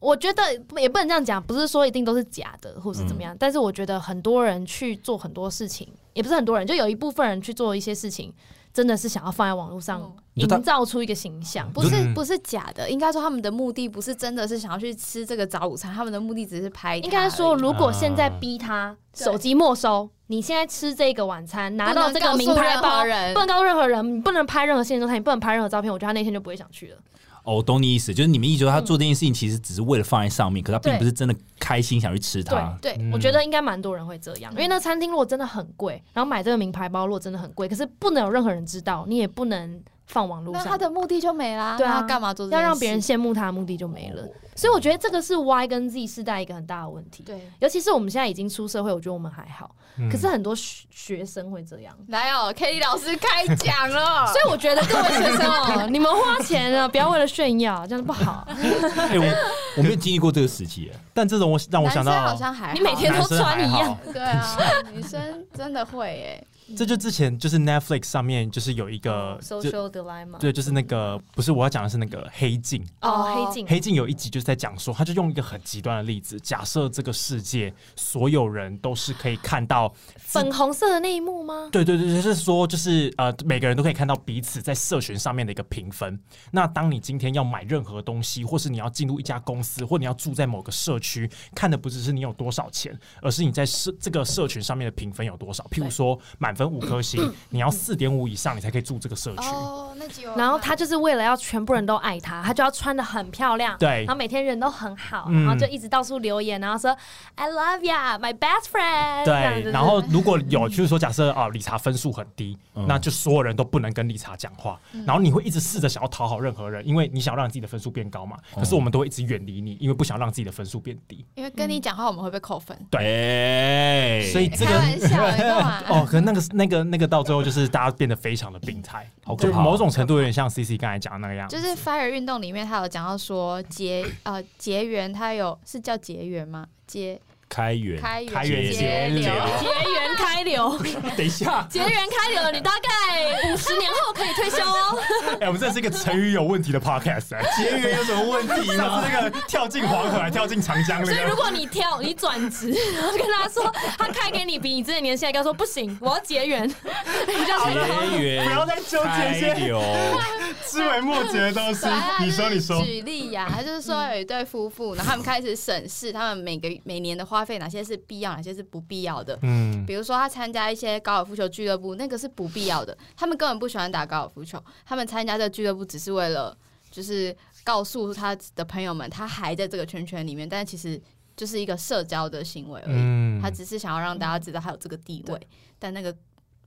S5: 我觉得也不能这样讲，不是说一定都是假的，或是怎么样。但是我觉得很多人去做很多事情，也不是很多人，就有一部分人去做一些事情，真的是想要放在网络上、
S3: 嗯
S4: 你说他
S5: 营造出一个形象。
S3: 不
S6: 嗯
S3: 是不是假的，应该说他们的目的不是真的是想要去吃这个早午餐，他们的目的只是拍它而已。
S5: 应该说，如果现在
S6: 啊
S5: 逼他
S3: 对
S5: 手机没收，你现在吃这个晚餐，拿到这个名牌包，
S3: 人
S5: 不能告诉任何人，你不能拍任何现实动态，你不能拍任何照片，我觉得他那天就不会想去了。
S4: 哦，我懂你意思，就是你们意思，他做这件事情其实只是为了放在上面，可他并
S5: 对
S4: 不是真的开心想去吃
S6: 啊
S4: 它。
S3: 对，
S6: 嗯
S5: 我觉得应该蛮多人会这样，因为那餐厅如果真的很贵，然后买这个名牌包如果真的很贵，可是不能有任何人知道，你也不能放网络
S3: 那他
S5: 上。
S3: 的目的就没啦。
S5: 对啊
S3: 那他干嘛做这件
S5: 要
S3: 事？
S5: 让别人羡慕他的目的就没了，所以我觉得这个是 Y 跟 Z 世代一个很大的问题。
S3: 对。
S5: 尤其是我们现在已经出社会，我觉得我们还好，
S6: 嗯
S5: 可是很多学学生会这样。
S3: 来哦，Kitty 老师开讲
S5: (laughs)
S3: 了。
S5: 所以我觉得各位学生哦，
S3: (laughs)
S5: 你们花钱啊，不要为了炫耀，这样不好。啊
S4: 哎、我我没有经历过这个时期耶，
S6: 但这种我让我想哦
S3: 男生好
S6: 到，
S3: 像还好
S5: 你每天都穿一样， (laughs)
S3: 对啊，女生真的会哎，
S6: 这就之前就是 Netflix 上面就是有一个就
S5: 哦 social dilemma，
S6: 对，就是那个不是我要讲的是那个黑镜，
S5: 哦，黑镜，
S6: 黑镜有一集就是在讲说，他就用一个很极端的例子，假设这个世界所有人都是可以看到自
S5: 粉红色的那一幕吗？
S6: 对对对，就是说，就是呃，每个人都可以看到彼此在社群上面的一个评分。那当你今天要买任何东西，或是你要进入一家公司，或你要住在某个社区，看的不只是你有多少钱，而是你在社这个社群上面的评分有多少。譬如说，满分五颗星，你要四点五以上，你才可以住这个社区。
S3: 哦，那集有
S5: 然后他就是为了要全部人都爱他，他就要穿的很漂亮，
S6: 对
S5: 然后每天人都很好，
S6: 嗯
S5: 然后就一直到处留言，然后说 I love ya, my best friend，这样
S6: 对，
S5: 子
S6: 然后如果有，就是说假设啊，理查分数很低，
S8: 嗯
S6: 那就所有人都不能跟理查讲话，
S3: 嗯
S6: 然后你会一直试着想要讨好任何人，因为你想让自己的分数变高嘛。
S8: 哦
S6: 可是我们都会一直远离你，因为不想让自己的分数变低。
S3: 因为跟你讲话我们会被扣分，
S8: 哎，
S6: 所以这
S3: 开
S6: 个
S3: 玩
S6: (laughs)
S3: 笑，你干嘛？
S6: 哦，可能那个那个那个到最后就是大家变得非常的病态，
S8: 好可
S6: 就
S8: 怕哦
S6: 某种程度有点像 C C 刚才讲的那个样子，
S3: 就是 Fire 运动里面，他有讲到说
S6: (coughs)
S3: 结呃结缘，他有是叫结缘吗？结
S8: 开源，
S3: 开源
S6: 开源
S3: 节
S6: 节
S3: 流 (laughs)
S6: 流。
S5: 结缘开流，
S6: (laughs) 等一下，
S5: 结缘开流，你大概
S6: (laughs)
S5: 五十年后可以退休哦。
S6: 哎，我们这是一个成语有问题的 podcast，哎
S8: 结缘有什么问题
S6: (laughs) 上次那个跳进黄河，还跳进长江那
S5: 所以如
S6: 个，
S5: 果你跳，你转职，然后跟他说他开给你比你之前年薪还高，说不行，我要结缘，你就好了。
S8: 结缘，
S6: 不要再纠结一
S8: 开
S6: 些
S8: 流，
S6: 枝微末节的东西
S3: 对啊，
S6: 你说
S3: 就是
S6: 你说。
S3: 举例
S6: (laughs)
S3: 呀、他就是说有一对夫妇，然后他们开始审视他们每个每年的花费，哪些是必要，哪些是不必要的。
S6: 嗯，
S3: 比如说，他参加一些高尔夫球俱乐部，那个是不必要的。他们根本不喜欢打高尔夫球，他们参加这个俱乐部只是为了，就是告诉他的朋友们，他还在这个圈圈里面，但其实就是一个社交的行为而已。
S6: 嗯
S3: 他只是想要让大家知道他有这个地位，但那个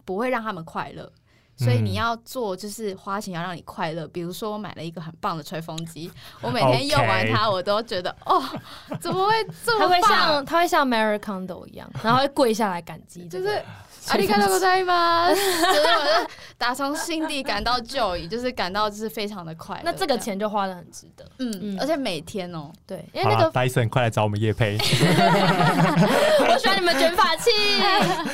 S3: 不会让他们快乐。
S6: 嗯
S3: 所以你要做，就是花钱要让你快乐。比如说，我买了一个很棒的吹风机，我每天用完它，我都觉得哦，怎么会这
S5: 他
S3: 么
S5: 会
S3: 棒？啊
S5: 像他会像 Mary Kondo 一样，然后会跪下来感激这
S3: 就
S5: (laughs) 个，
S3: 是 (laughs) 阿里嘎多ございます，就是我是打从心底感到 joy，就是感到就是非常的快乐。
S5: 那这个，钱就花的很值得。
S3: 嗯，
S5: 嗯
S3: 而且每天哦，
S5: 对，因为
S6: 好
S5: 那
S6: 了
S5: 个
S6: ，Dyson，快来找我们叶
S3: (laughs)
S6: 配，
S5: 我喜欢你们卷发器，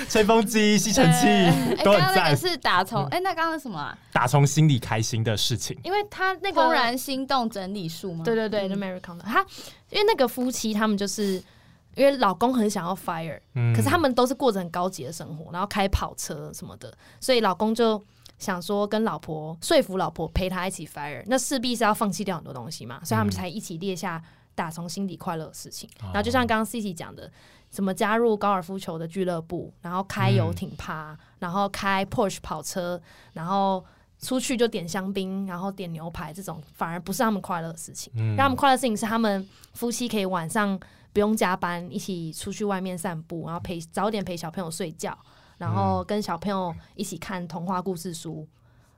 S6: 吹风机、吸尘器
S3: 哎，
S6: 都
S3: 刚
S6: 很
S3: 刚那个
S6: 赞。
S3: 是打从，哎，那刚刚是什么啊？
S6: 打从心里开心的事情，
S5: 因为他那个
S3: 怦
S5: 嗯
S3: 然心动整理术吗？
S5: 对，对对，就 Mary Kondo，他因为那个夫妻他们就是。因为老公很想要 fire，、
S6: 嗯
S5: 可是他们都是过着很高级的生活，然后开跑车什么的，所以老公就想说跟老婆说服老婆陪他一起 fire，那势必是要放弃掉很多东西嘛，所以他们才一起列下打从心底快乐的事情。然后就像刚刚 Cici 讲的，什么加入高尔夫球的俱乐部，然后开游艇趴，然后开 Porsche 跑车，然后出去就点香槟，然后点牛排，这种反而不是他们快乐的事情。让他们快乐的事情是他们夫妻可以晚上不用加班，一起出去外面散步，然后陪早点陪小朋友睡觉，然后跟小朋友一起看童话故事书。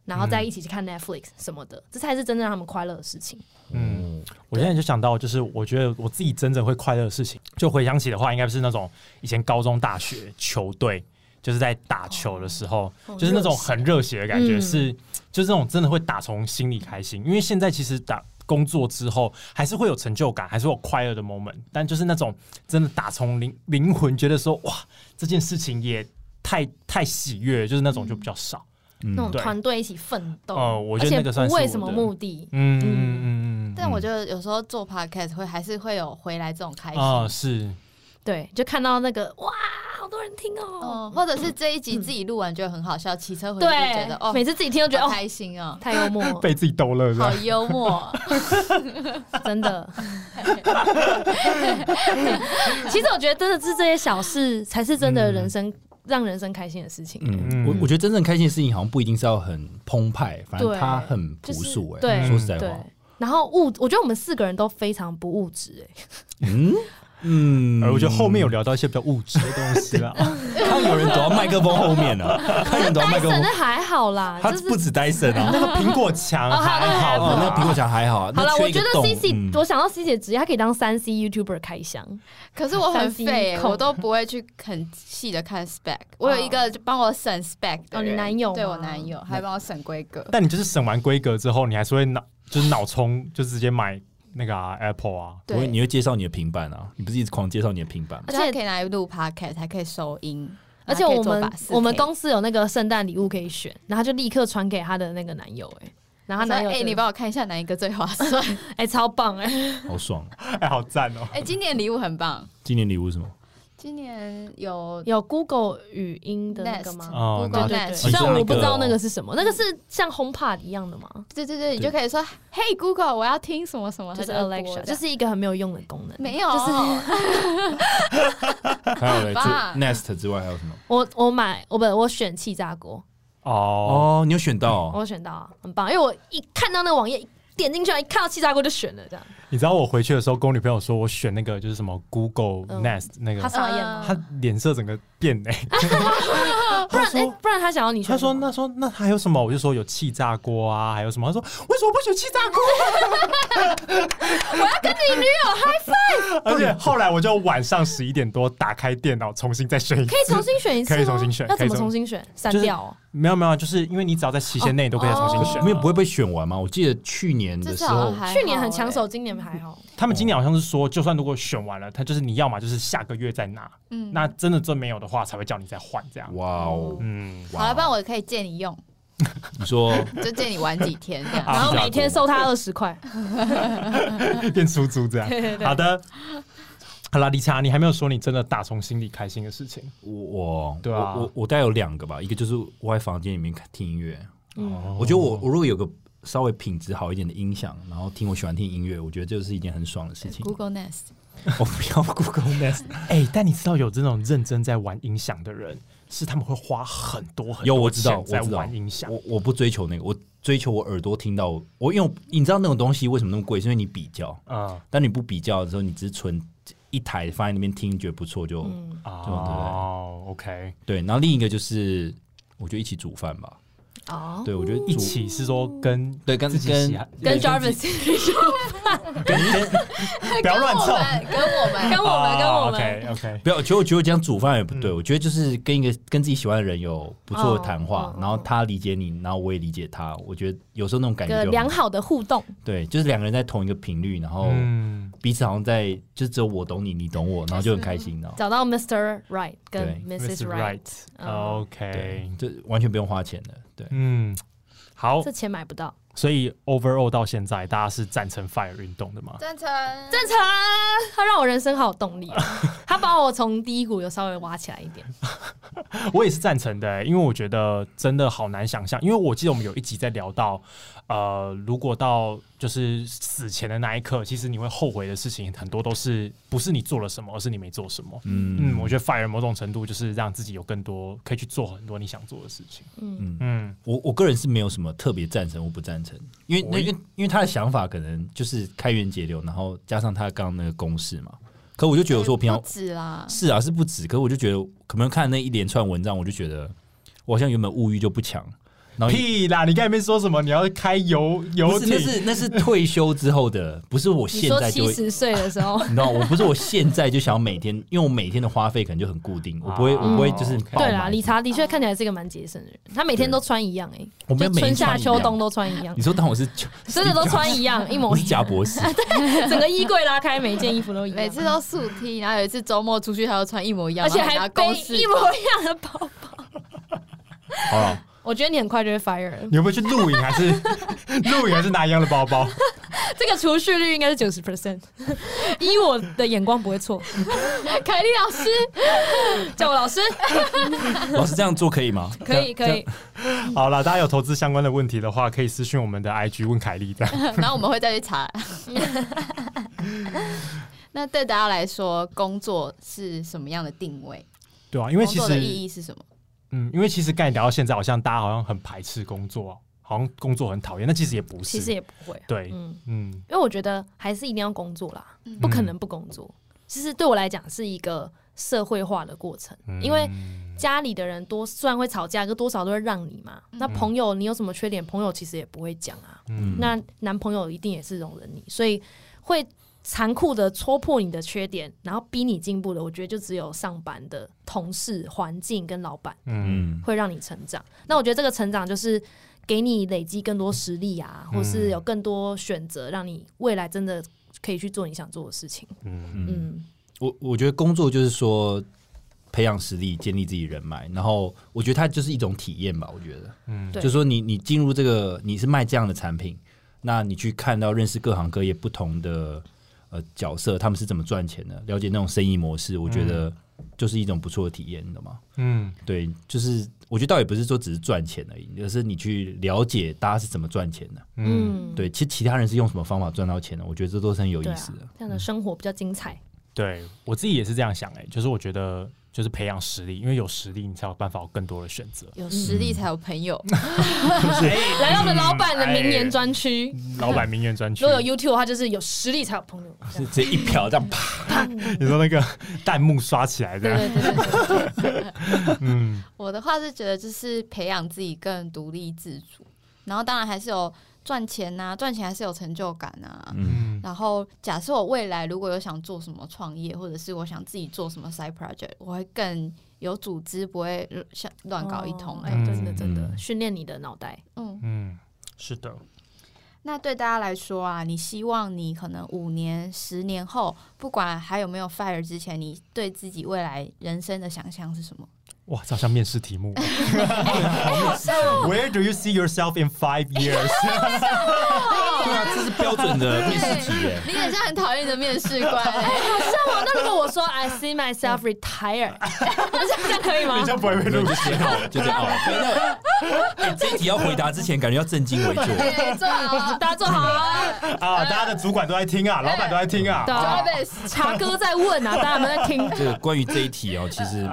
S5: 然后再一起去看 Netflix 什么的，这才是真正让他们快乐的事情。
S6: 嗯，我现在就想到，就是我觉得我自己真正会快乐的事情，就回想起的话，应该是那种以前高中、大学球队，就是在打球的时候，就是那种很热血的感觉，
S5: 嗯
S6: 是就是那种真的会打从心里开心。因为现在其实打工作之后，还是会有成就感，还是会有快乐的 moment，但就是那种真的打从灵灵魂觉得说，哇，这件事情也太太喜悦，就是那种就比较少。
S8: 嗯
S5: 那种
S6: 对
S5: 团队一起奋斗，
S6: 哦我觉得
S5: 而且
S6: 那个算是
S5: 不为
S6: 我
S5: 什么
S6: 的
S5: 目的，
S6: 嗯嗯嗯嗯嗯，
S3: 但我觉得有时候做 podcast 会还是会有回来这种开心。
S6: 啊、是。
S5: 对，就看到那个哇，好多人听哦，
S3: 嗯，或者是这一集自己录完觉得很好笑，骑车回去就觉
S5: 对
S3: 得，哦，
S5: 每次自己听都觉得
S3: 好
S5: 哦，
S3: 开心哦，
S5: 太幽默 (laughs) 了，
S6: 被自己逗乐是
S3: 好
S6: 吧？
S3: 幽默。
S5: 真的。 (laughs) 其实我觉得真的是这些小事才是真的人生让人生开心的事情，
S8: 嗯，我我觉得真正开心的事情好像不一定是要很澎湃，反正
S5: 对
S8: 它很朴
S5: 就是
S8: 素。哎，
S5: 对
S8: 说实在
S5: 对
S8: 话，。
S5: 然后物，我觉得我们四个人都非常不物质，哎，
S8: 嗯嗯，
S6: 而我觉得后面有聊到一些比较物质的东西了，
S8: 看有人躲到麦克风后面了，看有人躲到麦
S5: 戴
S8: 克风
S5: 森那，哎还好啦，
S8: 他
S5: 就是
S8: 不止 Dyson 啊，
S6: (laughs) 那个苹果墙还好
S8: 哦，那
S6: 吧？
S8: 苹果墙还好，
S5: 好
S8: 那
S5: 啦，
S8: 缺
S5: 我
S8: 一
S5: 觉
S8: 个
S5: 得
S8: 洞
S5: C C，
S8: 嗯
S5: 我想到 C 姐职业，她可以当三 C YouTuber 开箱，
S3: 可是我很
S5: 三 C
S3: 废、欸，
S5: 控
S3: 我都不会去很细的看 spec。我有一个就帮我审 spec 的
S5: 哦你
S3: 人
S5: 男友
S3: 对我
S5: 吗
S3: 男友，还帮我审规格。
S6: 但你就是审完规格之后，你还是会脑就是脑充，就直接买那个啊 Apple 啊，
S8: 我会
S3: 对，
S8: 你会介绍你的平板啊？你不是一直狂介绍你的平板吗？
S3: 而且可以拿来录 podcast，还可以收音。
S5: 而且我
S3: 可以做
S5: 们
S3: 法事
S5: 我们
S3: 可以
S5: 公司有那个圣诞礼物可以选，然后她就立刻传给她的那个男友、哎，然后
S3: 我
S5: 她
S3: 说
S5: 男友
S3: 哎、
S5: 就
S3: 你帮我看一下哪一个最划算？
S5: 哎、超棒哎、
S4: 好爽！
S6: 哎，好赞哦！
S3: 哎、今年礼物很棒，
S4: 今年礼物是什么？
S3: 今年有
S5: 有 Google 语音的那个
S3: Nest
S5: 吗？
S6: 哦，
S5: 对
S3: Google
S5: 对
S3: Nest，
S5: 对，
S4: 你
S5: 虽
S4: 说
S5: 然
S4: 那
S5: 我不知道
S4: 个
S5: 那个是什么，那个是像 HomePod 一样的吗？
S3: 对对对，你就可以说嘿 Google，我要听什么什么，
S5: 就是
S3: 哦它播
S5: Alexa，
S3: 这样
S5: 就是一个很没有用的功能。
S3: 没有，
S5: 就是
S4: 还有嘞，除
S3: 吧
S4: Nest 之外还有什么？
S5: 我我买我不我选气炸锅，
S6: 哦，
S4: 哦，你有选到哦
S5: 我选到啊，很棒，因为我一看到那个网页，一点进去啊一看到气炸锅就选了这样。
S6: 你知道我回去的时候跟我女朋友说，我选那个就是什么 Google
S5: 嗯
S6: Nest 那个，
S5: 他傻眼吗？
S6: 她脸色整个变 (laughs) 哎。
S3: 呃
S5: 不然哎，不然他想要你选
S6: 她
S5: 什
S6: 说：“
S5: 么。
S6: 那说那还有什么？”我就说有气炸锅啊，还有什么？她说：“为什么不选气炸锅？”我要跟你女友 high five。而且后来我就晚上十一点多打开电脑重新再选一次
S5: 可，以重新选一次吗，
S6: 可以重新选
S5: 要怎
S6: 可
S5: 么
S6: 以重
S5: 重新选？删
S6: 就是
S5: 掉哦。
S6: 没有没有，就是因为你只要在期限内你都可以再重新选。
S4: 因为不会被选完吗？我记得去年
S3: 这
S4: 的时
S3: 次好
S4: 候
S3: 像，还好
S5: 去年很抢
S3: 欸
S5: 手，今年还好。
S6: 他们今年好像是说，就算如果选完了，他就是你要嘛就是下个月再拿，
S3: 嗯，
S6: 那真的真没有的话才会叫你再换这样。
S4: 哇哦，
S6: 嗯，
S3: 好了，不然我可以借你用，
S4: 你说
S3: 就借你玩几天这样。
S5: 然后每天收他二十块，
S6: 变出租这样。好的，好啦，理查，你还没有说你真的打从心里开心的事情。
S4: 我我
S6: 对啊
S4: 我我我大概有两个吧，一个就是我在房间里面看听音乐，
S5: 嗯
S6: 哦
S4: 我觉得我我如果有个稍微品质好一点的音响，然后听我喜欢听音乐，我觉得这是一件很爽的事情。
S6: (laughs)
S3: Google Nest，
S4: 我不要 Google Nest，
S6: 哎、但你知道有这种认真在玩音响的人，是他们会花很多很
S4: 有
S6: 多
S4: 我知道
S6: 钱
S4: 我
S6: 在
S4: 知道
S6: 玩音响。
S4: 我我不追求那个，我追求我耳朵听到我，因为我你知道那种东西为什么那么贵，是因为你比较，
S6: 嗯
S4: 当你不比较的时候，你只是存一台放在那边听，觉得不错就、
S5: 嗯，
S6: 哦，OK，
S4: 对。然后另一个就是，我觉得一起煮饭吧，
S5: 哦，
S4: 对我觉得
S6: 一
S4: 煮
S6: 起是说跟
S4: 对跟
S6: 自己喜
S4: 跟
S6: 爱
S5: 跟 Jarvis
S6: 不要乱
S3: 我
S6: 凑。
S3: 们跟我们
S5: 跟哦我们
S6: 啊
S5: 跟
S4: 哦
S5: 我们
S6: OK OK，
S4: 不要，其实我觉得这样煮饭也不对。我觉得就是跟一个跟自己喜欢的人有不错的谈话
S5: 哦，哦
S4: 然后他理解你，然后我也理解他。我觉得有时候那种感
S5: 一
S4: 觉
S5: 个
S4: 就
S5: 良
S4: 很
S5: 好的互动，
S4: 对，就是两个人在同一个频率，然后
S6: 嗯，
S4: 彼此好像在就只有我懂你，你懂我，然后就很开心的。
S5: 找到 Mr. Right 跟
S4: 对哦
S5: Mrs. Right，嗯
S6: Right，OK，
S4: 对，这完全不用花钱的。对，
S6: 嗯，好
S5: 这，钱买不到。
S6: 所以 overall 到现在，大家是赞成 Fire 运动的吗？
S3: 赞成
S5: 正常啊，他让我人生好有动力、啊，他把我从低谷有稍微挖起来一点。
S6: 我也是赞成的、因为我觉得真的好难想象，因为我记得我们有一集在聊到，呃，如果到就是死前的那一刻，其实你会后悔的事情很多都是不是你做了什么，而是你没做什么。嗯，
S4: 嗯
S6: 我觉得 fire 某种程度就是让自己有更多可以去做很多你想做的事情。
S5: 嗯，
S4: 嗯，
S6: 嗯，
S4: 我我个人是没有什么特别赞成或不赞成，因为那
S6: 我也
S4: 因为因为他的想法可能就是开源节流，然后加上他刚刚那个公式嘛。可我就觉得我说我平常
S3: 不止啦，
S4: 是啊，是不止。可是我就觉得，可能看那一连串文章，我就觉得我好像原本物欲就不强，然后
S6: 屁啦！你刚才没说什么？你要开游游
S4: 不是
S6: 艇
S4: 那？是那是退休之后的，不是我
S5: 你
S4: (laughs) 现
S5: 说
S4: 在就
S5: 七
S4: 会。，
S5: 十岁的时候
S4: 你知道，我不是我现在就想要每天，因为我每天的花费可能就很固定，我不会，
S6: 啊
S4: 我不会就是
S6: 嗯
S4: (laughs) 爆
S5: 对
S4: 买
S5: 啦，理查的确看起来是一个蛮节省的人，他每天都穿一样哎、欸，
S4: 我没
S5: 就
S4: 有每
S5: 春
S4: 天
S5: 夏
S4: 穿一样
S5: 秋冬都穿一样
S4: 你，说当我是就
S5: 真的都穿一样，一模
S4: 我是 (laughs)
S5: 一
S4: 贾
S5: 样，(laughs)
S4: 博士，
S5: 整个衣柜拉开，每件衣服都一样，
S3: 每次都速踢， (laughs) 然后有一次周末出去，他又穿一模一样，
S5: 而且
S3: 然后拿
S5: 还背
S3: 公式
S5: 一模一样的包。
S4: 好了，
S5: 我觉得你很快就会 fire 了，
S6: 你有没有去露营？还是露营还是拿一样的包包？
S5: (laughs)
S6: (laughs)
S5: 这个储蓄率应该是九十 percent，以 (laughs) 我的眼光不会错。 (laughs) 凯莉老师，叫我老师，
S4: 老师这样做可以吗？
S5: 可以可以，
S6: 好啦，大家有投资相关的问题的话，可以私讯我们的 IG 问凯莉这
S3: (laughs)
S6: 样。
S3: 然后我们会再去查。 (laughs) 那对大家来说，工作是什么样的定位？
S6: 对啊，因为
S3: 工
S6: 其
S3: 作
S6: 实
S3: 的意义是什么？
S6: 嗯，因为其实刚才聊到现在，好像大家好像很排斥工作，好像工作很讨厌，那其实也不是，
S5: 其实也不会，
S6: 对，
S5: 嗯。
S6: 嗯
S5: 因为我觉得还是一定要工作啦，不可能不工作。其实对我来讲是一个社会化的过程，
S6: 嗯
S5: 因为家里的人多虽然会吵架，可多少都会让你嘛。那朋友你有什么缺点，朋友其实也不会讲啊。
S6: 嗯
S5: 那男朋友一定也是容忍你，所以会残酷的戳破你的缺点，然后逼你进步的，我觉得就只有上班的同事、环境跟老板。
S6: 嗯
S4: 嗯，
S5: 会让你成长。那我觉得这个成长就是给你累积更多实力啊，
S6: 嗯
S5: 或是有更多选择，让你未来真的可以去做你想做的事情。
S6: 嗯
S4: 嗯
S5: 嗯，
S4: 我我觉得工作就是说，培养实力，建立自己人脉。然后我觉得它就是一种体验吧，我觉得，嗯，
S5: 对
S4: 就说你你进入这个你是卖这样的产品，那你去看到认识各行各业不同的呃角色，他们是怎么赚钱的，了解那种生意模式，我觉得就是一种不错的体验，你懂吗？
S6: 嗯，
S4: 对，就是我觉得倒也不是说只是赚钱而已，而是你去了解大家是怎么赚钱的。
S5: 嗯，
S4: 对，其实其他人是用什么方法赚到钱的，我觉得这都是很有
S5: 对
S4: 意
S5: 啊
S4: 思的。，
S5: 这样的生活比较精彩。
S6: 对我自己也是这样想哎、就是我觉得就是培养实力，因为有实力你才有办法有更多的选
S3: (laughs)
S6: 择。
S3: 有实力才有朋友。
S6: 嗯 (laughs)
S3: 哎来到我们老板
S6: 哎
S3: 的名言专区，
S6: 嗯老板名媛专区
S5: 如，果有 YouTube 的话，就是有实力才有朋友。这
S4: 是
S5: 样
S4: 直接一瓢这样啪，
S6: 你说那个弹幕刷起来
S3: 对
S6: 的，
S3: 对对对对，
S6: 嗯，
S3: 我的话是觉得就是培养自己更独立自主，然后当然还是有赚钱呐、赚钱还是有成就感啊。
S4: 嗯，
S3: 然后，假设我未来如果有想做什么创业，或者是我想自己做什么 side project，我会更有组织，不会像乱搞一通、
S5: 哦
S3: 哎、
S6: 嗯
S5: 真的真的
S4: 嗯
S5: 训练你的脑袋。
S3: 嗯，
S6: 嗯，是的，
S3: 那对大家来说啊，你希望你可能五年、十年后，不管还有没有 fire 之前，你对自己未来人生的想象是什么？
S6: 哇，这好像面试题
S3: (laughs)
S6: 目。Where
S3: 哦
S6: do you see yourself in five (laughs) years？
S4: 对啊，这是标准的面试题耶。
S3: 你很像很讨厌的面试
S5: (laughs)
S3: 官、哎
S5: 那我哦那如果我说 I see myself retire，这样可以吗？
S6: 不会被
S4: 没有就写好，就这样哦。没有哎这一题要回答之前，感觉要正襟危坐。
S3: 对，做 (laughs) 好，大家做好 (laughs) 啊！
S6: 啊！大家的主管都在听啊，老板都在听啊
S5: 嗯对。啊，茶哥在问啊，大家有没有在听？
S3: (laughs)
S4: 这个关于这一题哦，其实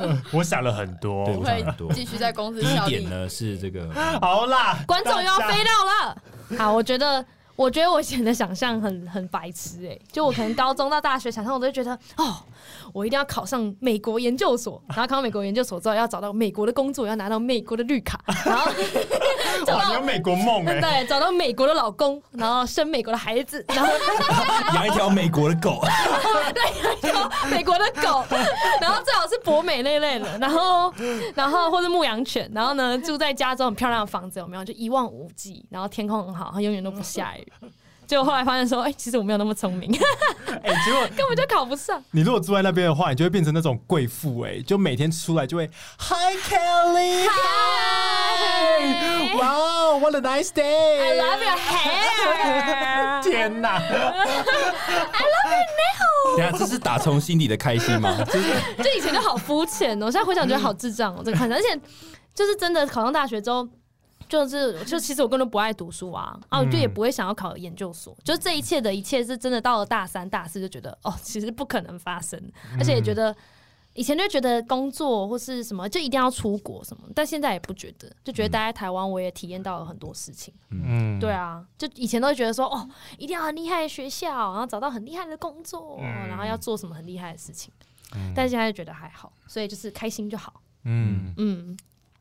S4: 嗯，
S6: 我想了很多
S4: 对，我想
S3: 会
S4: 很多。
S3: 继续在 (laughs) 公司
S4: 第一
S3: 效力
S4: 点。呢是这个，
S6: 好啦，
S5: 观众又要
S6: 大家
S5: 飞到了。好，我觉得，我觉得我以前的想象很很白痴哎、就我可能高中到大学想象，我都会觉得哦，我一定要考上美国研究所，然后考上美国研究所之后要找到美国的工作，要拿到美国的绿卡，然后 (laughs) 找
S6: 哇，你有
S5: 到。
S6: 美国梦哎、
S5: 对，找到美国的老公，然后生美国的孩子， (laughs) 然后
S4: 养一条美国的狗，
S5: 对，然后美国的狗，然后最好是博美那类的，然 (laughs) 后然后或是牧羊犬，然后呢住在加州很漂亮的房子，有没有？就一望无际，然后天空很好，它永远都不下 (laughs) 雨。结果后来发现说，哎、其实我没有那么聪明，
S6: (laughs)
S5: (laughs)
S6: 哎、结果
S5: 根本就考不上。
S6: 你如果住在那边的话，你就会变成那种贵妇哎，就每天出来就会 Hi Kelly，
S5: 嗨
S6: w o w w h a t a nice day！
S5: I love your hair.
S6: 天哪，
S4: 等一下这是打从心底的开心吗？就是
S5: 就以前就好肤浅哦，现在回想觉得好智障哦，这个看法。而且就是真的考上大学之后，就是就其实我根本不爱读书啊，啊，我就也不会想要考研究所。就这一切的一切是真的到了大三、大四就觉得哦，其实不可能发生，而且也觉得。以前就觉得工作或是什么就一定要出国什么，但现在也不觉得，就觉得待在台湾我也体验到了很多事情。
S6: 嗯，
S5: 对啊，就以前都会觉得说哦，一定要很厉害的学校，然后找到很厉害的工作，
S6: 嗯
S5: 然后要做什么很厉害的事情，但现在就觉得还好，所以就是开心就好。
S6: 嗯，
S5: 嗯，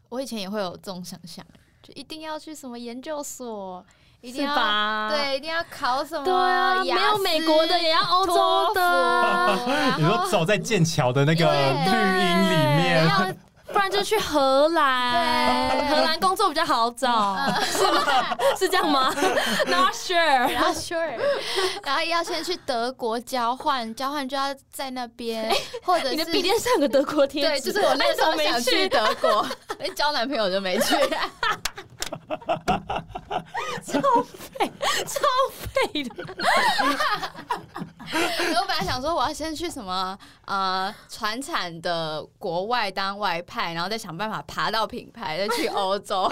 S3: 我以前也会有这种想象，就一定要去什么研究所，一定
S5: 是
S3: 要
S5: 吧？
S3: 对，一定要考什么？
S5: 啊对啊，没
S3: 雅
S5: 有
S3: 思
S5: 美国的也要欧洲的， (laughs)
S3: 托福然后
S6: 你说走在剑桥的那个绿
S3: 对
S6: 荫里面，
S5: 要不然就去荷兰，
S3: 对嗯
S5: 荷兰工作比较好找，是吗？ (laughs) 是这
S3: (laughs)
S5: 样吗？Not sure。
S3: 然后啊 sure，然后要先去德国交换，交换就要在那
S5: (laughs)
S3: 边，或者
S5: 你的
S3: 是
S5: 笔电上有个德国贴
S3: 对，
S5: 纸，
S3: 就是我那时候
S5: 为什
S3: 想
S5: 么没
S3: 去 (laughs)
S5: 去。
S3: 德
S5: (laughs)
S3: 国，哎交男朋友就没去。
S5: 超废的，
S3: (laughs) 我本来想说我要先去什么呃船产的国外当外派，然后再想办法爬到品牌，再去欧
S5: (laughs)
S3: 洲。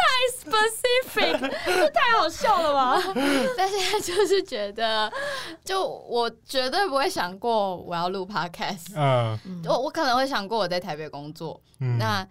S5: 太 specific，这太好笑了吧？
S3: 嗯但现在就是觉得，就我绝对不会想过我要录 podcast，
S6: 嗯
S3: 我我可能会想过我在台北工作，
S6: 嗯
S3: 那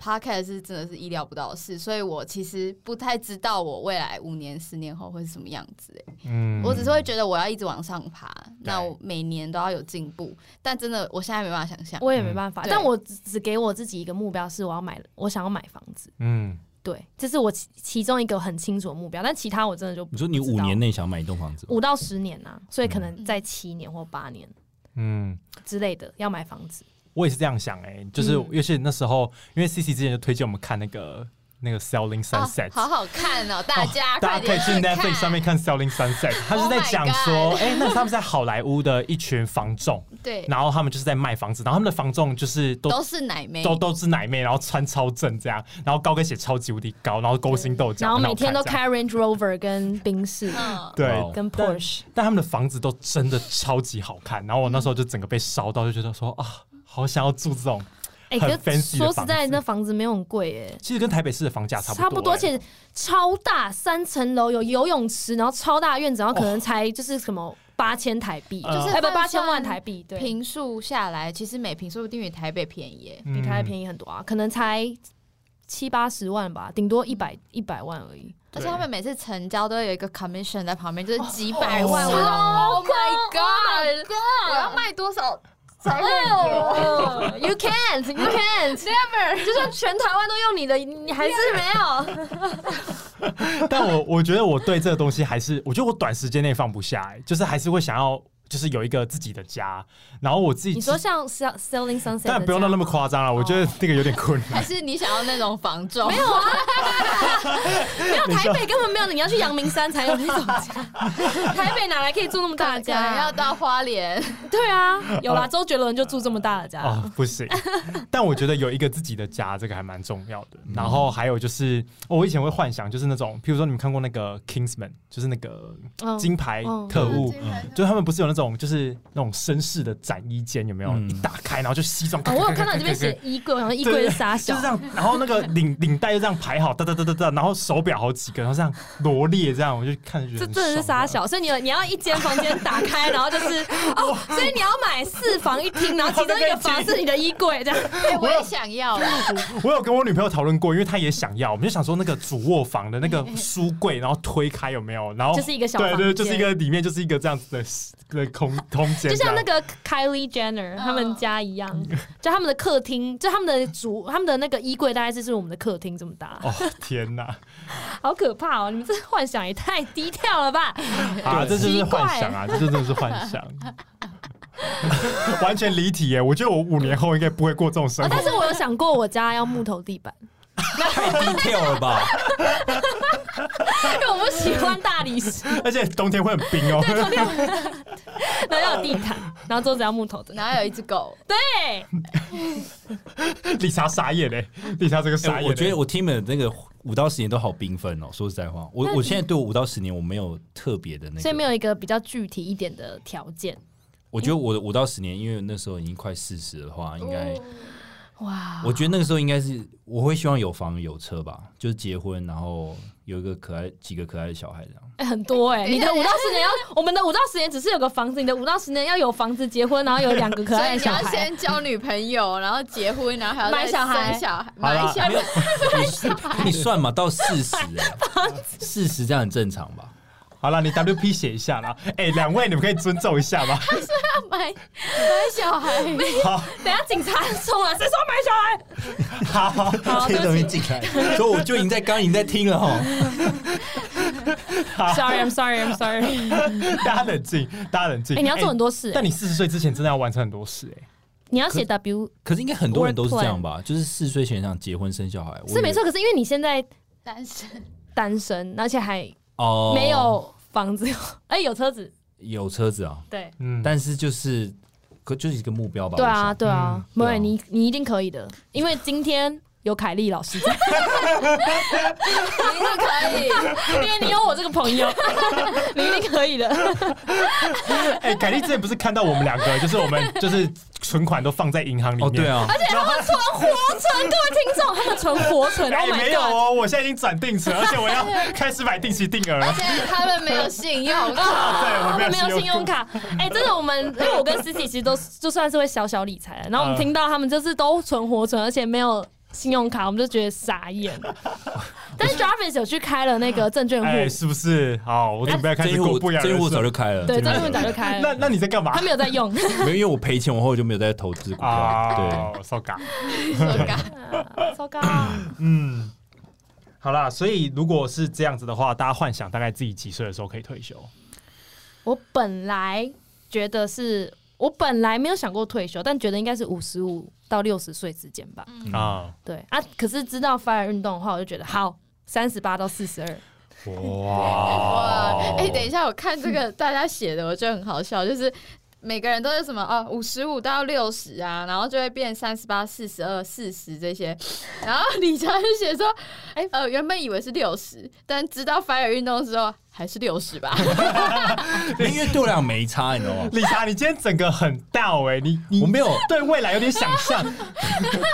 S3: podcast 是真的是意料不到的事，所以我其实不太知道我未来五年、十年后会是什么样子、欸。
S6: 嗯
S3: 我只是会觉得我要一直往上爬，那我每年都要有进步，但真的我现在没办法想象。
S5: 我也没办法，
S3: 嗯
S5: 但
S3: 对
S5: 我只只给我自己一个目标，是我要买，我想要买房子。
S6: 嗯，
S5: 对，这是我其其中一个很清楚的目标，但其他我真的就
S4: 你说你
S5: 不知道
S4: 五年内嗯想买一栋房子吗，
S5: 五到十年啊，所以可能在七年或八年
S6: 嗯。
S5: 之类的要买房子。
S6: 我也是这样想哎、就是
S5: 嗯
S6: 尤其那时候，因为 C C 之前就推荐我们看那个那个 Selling
S3: 啊
S6: Sunset，、
S3: 好好看哦，大家
S6: 大
S3: 快
S6: 家可以
S3: 点
S6: 去 Netflix 上面看 Selling Sunset，他是
S3: Oh
S6: 在
S3: my
S6: 讲
S3: God
S6: 说，哎、那他们在好莱坞的一群房仲，
S3: 对，
S6: 然后他们就是在卖房子，然后他们的房仲就是都
S3: 都是奶妹，
S6: 都都是奶妹，然后穿超正这样，然后高跟鞋超级无敌高，然后勾心斗角，
S5: 然后
S6: 很
S5: 每
S6: 好
S5: 天都
S6: 看
S5: 开 Range Rover 跟宾
S3: 嗯，
S5: 士
S6: 这样。
S4: 哇
S6: 对，
S4: 哦
S5: 跟
S6: 但
S5: Porsche，
S6: 但他们的房子都真的超级好看，然后我那时候就整个被烧到，就觉得说啊，好想要住这种。
S5: 哎，
S6: 很
S5: 可
S6: fancy 的
S5: 是说实在，
S6: 房子
S5: 那房子没有很贵哎。
S6: 其实跟台北市的房价差不多、
S5: 差不多，
S6: 哎
S5: 而且超大，三层楼有游泳池，然后超大院子，然后可能才就是什么八千台币，
S6: 呃
S5: 就
S3: 嗯
S5: 是哎不
S3: 换算
S5: 八千万台币，对，
S3: 平数下来，其实每平说不定比台北便宜欸耶。
S5: 比台
S6: 嗯
S5: 北便宜很多啊，可能才七八十万吧，顶多一百一百万而已。
S3: 而
S6: 对
S3: 且他们每次成交都有一个 commission 在旁边，就是几百万。
S6: 哦
S3: 我就
S5: 超
S3: Oh my god！我要卖多少才
S5: 哦 You can't, you can't, never！就算全台湾都用你的，你还是没有。
S3: (laughs)
S6: 但我我觉得我对这个东西还是，我觉得我短时间内放不下、哎就是还是会想要，就是有一个自己的家，然后我自己
S5: 你说像 Sell- Selling Sunset，
S6: 但不用到那么夸张了，我觉
S5: 哦
S6: 得那个有点困
S5: (laughs)
S3: 还
S6: 难。
S3: 是你想要那种房仲？
S5: 没有啊， (laughs)
S6: (laughs)
S5: 没有台北根本没有，你要去阳明山才有那种家，台北哪来可以住那么大
S3: 大
S5: 的家
S3: 家
S5: 啊？
S3: 要到花莲，
S5: 对啊，有啦，周杰伦就住这么大的家。
S6: 哦，不行！但我觉得有一个自己的家，这个还蛮重要的。然后还有就是，哦我以前会幻想，就是那种，譬如说你们看过那个 Kingsman，就是那个
S5: 嗯
S6: 金哦牌
S5: 嗯
S6: 特务，
S4: 嗯
S6: 就是他们不是有那种就是那种绅士的展衣间，有没有？
S4: 嗯
S6: 一打开，然后就西装。
S5: 哦我有看到你这
S6: (laughs)
S5: 边写衣柜，我想说衣柜是啥
S6: 就
S5: 小
S6: 是这？样，然后那个领领带就这样排好，哒哒哒哒哒，然后手表好几个，然后这样罗列这样，我就看着觉得
S5: 这
S6: 很
S5: 真的是
S6: 爽啊
S5: 傻小，所以你有你要一间房间打
S6: (laughs)
S5: 开，然后就是哦，所以你要买四房一厅，然后其中一个房是你的衣柜，
S6: (laughs)
S5: 这样
S3: 哎我也想要。啊
S6: 我有跟我女朋友讨论过，因为她也想要，我们就想说那个主卧房的那个书柜，然后推开有没有？然后
S5: 就是一个小
S6: 对
S5: 房
S6: 对，
S5: 间
S6: 就是一个里面就是一个这样子的的呃空空间，
S5: 就 (laughs) 像那
S6: 这样嗯
S5: 个 Kylie Jenner 他们家一样，就他们的客厅，就他们的主他们的那个衣柜大概就是我们的客厅这么大，
S6: 哦天哪！
S5: 好可怕哦！你们这幻想也太低调了
S6: (laughs)
S5: 吧？
S6: 啊，这就是
S5: 奇怪
S6: 幻想啊，这真的是幻想， (laughs) 完全离题耶！我觉得我五年后应该不会过这种生
S5: (laughs) 哦，
S6: 活
S5: 但。是我有想过我家要木头地
S6: (laughs)
S5: 板，
S8: 太 detail 了吧？
S5: 因为我不喜欢大
S6: (laughs)
S5: 理石，
S6: 而且冬天会很冰哦， (laughs)
S5: 然后要有地毯，然后桌子要木头的。
S3: 然后有一只狗，
S5: 对，
S6: 理查傻眼嘞，理查这个傻
S4: 哎
S6: 眼、
S4: 我觉得我听你们那个五到十年都好缤纷哦。说实在话，我我现在对我五到十年我没有特别的那个，
S5: 所以没有一个比较具体一点的条件。
S4: 我
S5: 嗯
S4: 觉得我的五到十年，因为那时候已经快四十的
S5: 哦
S4: 话，应该、
S3: 哇！
S4: 我觉得那个时候应该是我会希望有房有车吧，就是结婚，然后有一个可爱几个可爱的小孩这样。
S5: 哎、很多哎、
S3: 等一
S5: 你
S3: 下
S5: 的五到十年要，我们的五到十年只是有个房子，你的五到十年要有房子、结婚，然后有两个可
S3: (laughs) 所
S5: 爱
S3: 以
S5: 的
S3: 你
S5: 小
S3: 要
S5: 孩。
S3: 先交女朋友，然后结婚，然后还要
S5: 买
S3: 再
S5: 小孩
S3: 生小孩，
S6: 好啦
S3: 买小
S5: (laughs)
S3: 孩。
S4: 你算嘛，到四十、啊四十这样很正常吧？
S6: 好了，你 WP 写一下啦。哎、两位你们可以尊重一下
S5: (laughs)
S6: 吗？
S3: 买买小孩，
S6: 好，
S5: 等一下警察冲了，谁说买小孩？
S6: 好，
S5: 好，对
S8: 这东西
S5: 不
S8: 进来，所以我就已经在刚刚已经在听了哈。
S5: 起，sorry，I'm sorry，I'm sorry。
S6: 大家冷静，大家冷静。
S5: 哎、你要做很多事、
S6: 哎
S5: 哎
S6: 但你四十岁之前真的要完成很多事、哎，
S5: 你要写 W
S4: 可是应该很多人都是这样吧？就是四十岁前想结婚生小孩，我以
S5: 是
S4: 为
S5: 没错，可是因为你现在
S3: 单 (laughs) 身
S5: 单身，而且还
S4: 哦，
S5: 没有房子， (laughs) 哎、有车子，
S4: 有车子啊，
S5: 对，
S6: 嗯，
S4: 但是就是可就是一个目标吧。
S5: 对
S4: 我
S5: 啊，
S4: 想，
S5: 对啊
S6: 嗯，
S5: 没
S4: 对
S5: 有
S4: 啊
S5: 你，你一定可以的，因为今天有凯莉老师在，
S3: 一定可以。
S5: 因为你有我这个朋友， (laughs) 你一定可以的。
S6: 哎、凯莉之前不是看到我们两
S5: (laughs)
S6: 个，就是我们就是存款都放在银行里面。
S4: 哦对。啊，
S5: 而且他们存活存，各位听众，他们存活
S6: (laughs)
S5: 存
S6: 哎、
S5: ，Oh my
S6: 没有
S5: god！
S6: 哦，我现在已经转定存，而且我
S5: (laughs)
S6: 要开始买定期定额。
S3: 现在他们没有信 (laughs) 用
S6: 对，
S3: 卡，
S6: 我
S5: 他们没有信
S6: 信
S5: 用。卡，哎、真的，我们因为我跟思琪其实都就算是会小小理财了，啊然后我们
S6: 嗯
S5: 听到他们就是都存活存，而且没有信用卡，我们就觉得傻眼。但是 Jarvis 有去开了那个证券户，
S6: 哎、是不是？好，我准备要开
S4: 这一
S6: 始
S4: 户
S6: 过不一样
S4: 哎这
S6: 的
S4: 一
S6: 人
S4: 户
S6: 生。
S4: 我早就开了，
S5: 对，
S4: 这
S5: 证
S4: 一
S5: 券
S4: 户
S5: 户
S4: 早
S5: 早
S4: 就
S5: 就开
S6: 那
S5: 了，
S6: 那你在干嘛
S4: (laughs)
S5: 他？没有在用。
S4: 没有，因为我赔钱，我后来就没有再投资股票。对
S6: 啊，，烧嘎。
S3: 手卡
S5: 啊糟糕，
S6: 嗯，好啦，所以如果是这样子的话，大家幻想大概自己几岁的时候可以退休？
S5: 我本来觉得是我本来没有想过退休，但觉得应该是五十五到六十岁之间吧。
S4: 嗯
S6: 啊，
S5: 对啊，可是知道 fire 运动的话，我就觉得好，三十八到四十二，
S3: 哇，哎、等一下，我看这个大家写的，我觉得很好笑，就是每个人都是什么哦，五十五到六十啊，然后就会变三十八、四十二、四十这些。然后李佳就写说，哎、呃，原本以为是六十，但直到 fire 运动之后还是六十吧。
S4: 因为对我俩没差，你知道吗？
S6: 理查，你今天整个很到哎、你你
S4: 我没
S5: (laughs)
S4: 有
S6: 对未来有点想象，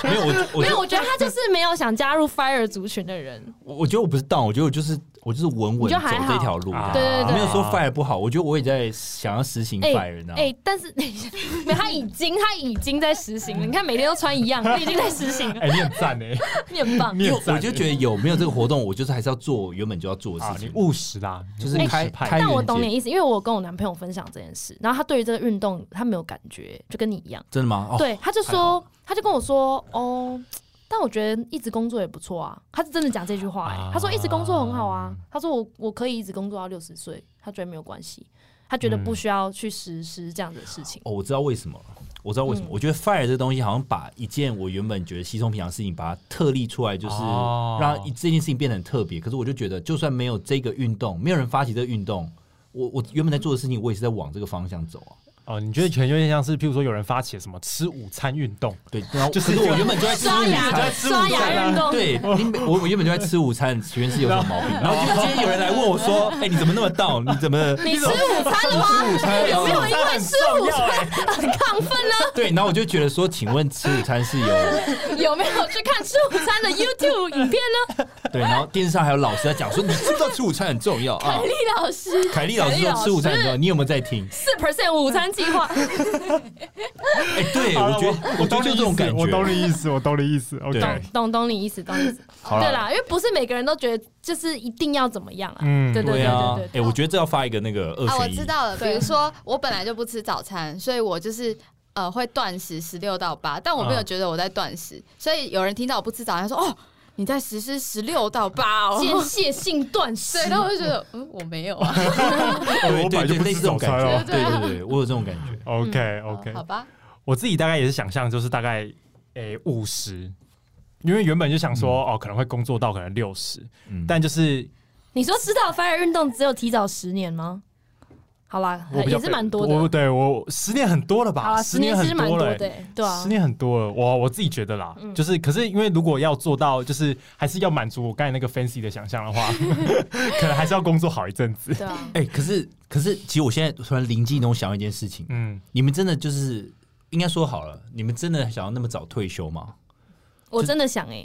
S4: 没有我我
S5: 没有，
S4: 觉得
S5: 我觉得他就是没有想加入 fire 族群的人。
S4: 我觉得我不是当，我觉得我就是我就是稳
S5: 你
S4: 稳
S5: 就
S4: 走
S5: 还好
S4: 这条路，
S6: 啊
S5: 对对对
S4: 没有说 fire 不好，我觉得我也在想要实行
S5: 哎
S4: fire，你知道吗
S5: 哎、但是 (laughs) 没有他已经他已经在实行了，你看每天都穿一样，他已经在实行了，
S6: 哎、你很赞哎、
S5: 你很棒。
S6: 啊你
S4: 因为
S6: 很赞欸
S4: 我就觉得有没有这个活动，我就是还是要做我原本就要做的
S6: 啊
S4: 事，
S6: 你
S4: 情，
S6: 务实啦，哎
S4: 就是
S6: 务实
S4: 开
S6: 派
S4: (laughs) 开
S5: 但哎我
S4: 源
S5: 懂
S4: 节
S5: 你意思，因为我跟我男朋友分享这件事，然后他对于这个运动他没有感觉，就跟你一样。
S4: 真的吗？哦，
S5: 对，他就
S4: 太好
S5: 说，他就跟我说，哦，但我觉得一直工作也不错啊。他是真的讲这句话、欸，他说一直工作很好
S4: 嗯
S5: 啊。他说我我可以一直工作到六十岁，他觉得没有关系，他觉得不需要去实施这样的事情。
S4: 嗯哦，我知道为什么了，我知道为
S5: 嗯
S4: 什么。我觉得 fire 这东西好像把一件我原本觉得稀松平常的事情，把它特例出来，就是
S6: 哦
S4: 让一这件事情变得很特别。可是我就觉得，就算没有这个运动，没有人发起这个运动，我我原本在做的事情，我也是在往这个方向走啊。
S6: 哦，你觉得全有点像是，譬如说有人发起了什么吃午餐运动，
S4: 对，然后
S6: 就是
S4: 可我原本就在吃午
S5: 刷牙
S4: 餐，
S5: 刷牙运动，
S4: 啊对，你我我原本就在吃午餐，学院是有什么毛病？然后就今天有人来问我说：“哎，你怎么那么到？你怎么
S5: 你吃午餐了吗？
S4: 吃午餐？”然后
S5: 没有
S6: ？Oh.
S5: 因为吃午餐
S6: 欸
S5: 很亢奋呢、
S4: 对，然后我就觉得说，请问吃午餐是有
S5: 有没有去看吃午餐的 YouTube 影片呢？
S4: 对，然后电视上还有老师在讲说，你知不知道吃午餐很重要啊？
S5: 李老师
S4: 凯莉老师说吃午餐很重要，你有没有在听？
S5: 四 percent 午餐计划，
S4: 哎，对，我觉得我觉得就这种感
S6: 我懂
S4: 觉。
S6: 你意思，我懂你意思。OK，
S4: 对
S5: 懂懂你意思，懂你意思。
S4: 好
S5: 对
S4: 了，
S5: 啦，因为不是每个人都觉得就是一定要怎么样啊。
S6: 嗯
S5: 对对对
S4: 啊
S5: 对对，
S4: 哎，我觉得这要发一个那个二
S3: 啊，我
S4: 选一
S3: 知，道了。比如说，我本来就不吃早餐，所以我就是呃会断食十六到八，但我没有
S6: 嗯
S3: 觉得我在断食，所以有人听到我不吃早餐，说哦你在实施十六到八哦。
S5: 间歇性断食
S3: (laughs) 对，，那我就觉得嗯我没有啊， (laughs)
S4: 对
S6: 我本
S4: 对
S6: 来就
S4: 对，
S6: 不
S4: 类
S6: 吃
S4: 似这种
S6: 早
S4: 感
S6: 餐
S4: 觉，
S6: 哦。
S4: 对对对，我有这种感觉。
S5: 嗯
S6: OK
S3: 哦
S6: OK，
S3: 好吧，
S6: 我自己大概也是想象，就是大概诶五十，因为原本就想说哦，可能会工作到可能六十，
S4: 嗯，
S6: 但就是
S5: 你说指导 fire 运动只有提早十年吗？好啦，
S6: 我比较
S5: 也是蛮多
S6: 我
S5: 的。
S6: 对我十年很多了
S5: 好啦，
S6: 吧？
S5: 十
S6: 年
S5: 年其
S6: 很
S5: 实蛮
S6: 了
S5: 多
S6: 欸，
S5: 的欸，对啊嗯
S6: 十。年很多了，我我自己觉得啦，就是可是因为如果要做到，就是还是要满足我刚才那个 fancy 的想象的话，
S5: (laughs)
S6: 可能还是要工作好一阵子。
S5: 对啊，
S4: 哎，可是可是，其实我现在突然灵机一动想到一件事情，
S6: 嗯，
S4: 你们真的就是应该说好了，你们真的想要那么早退休吗？
S5: 我真的想哎、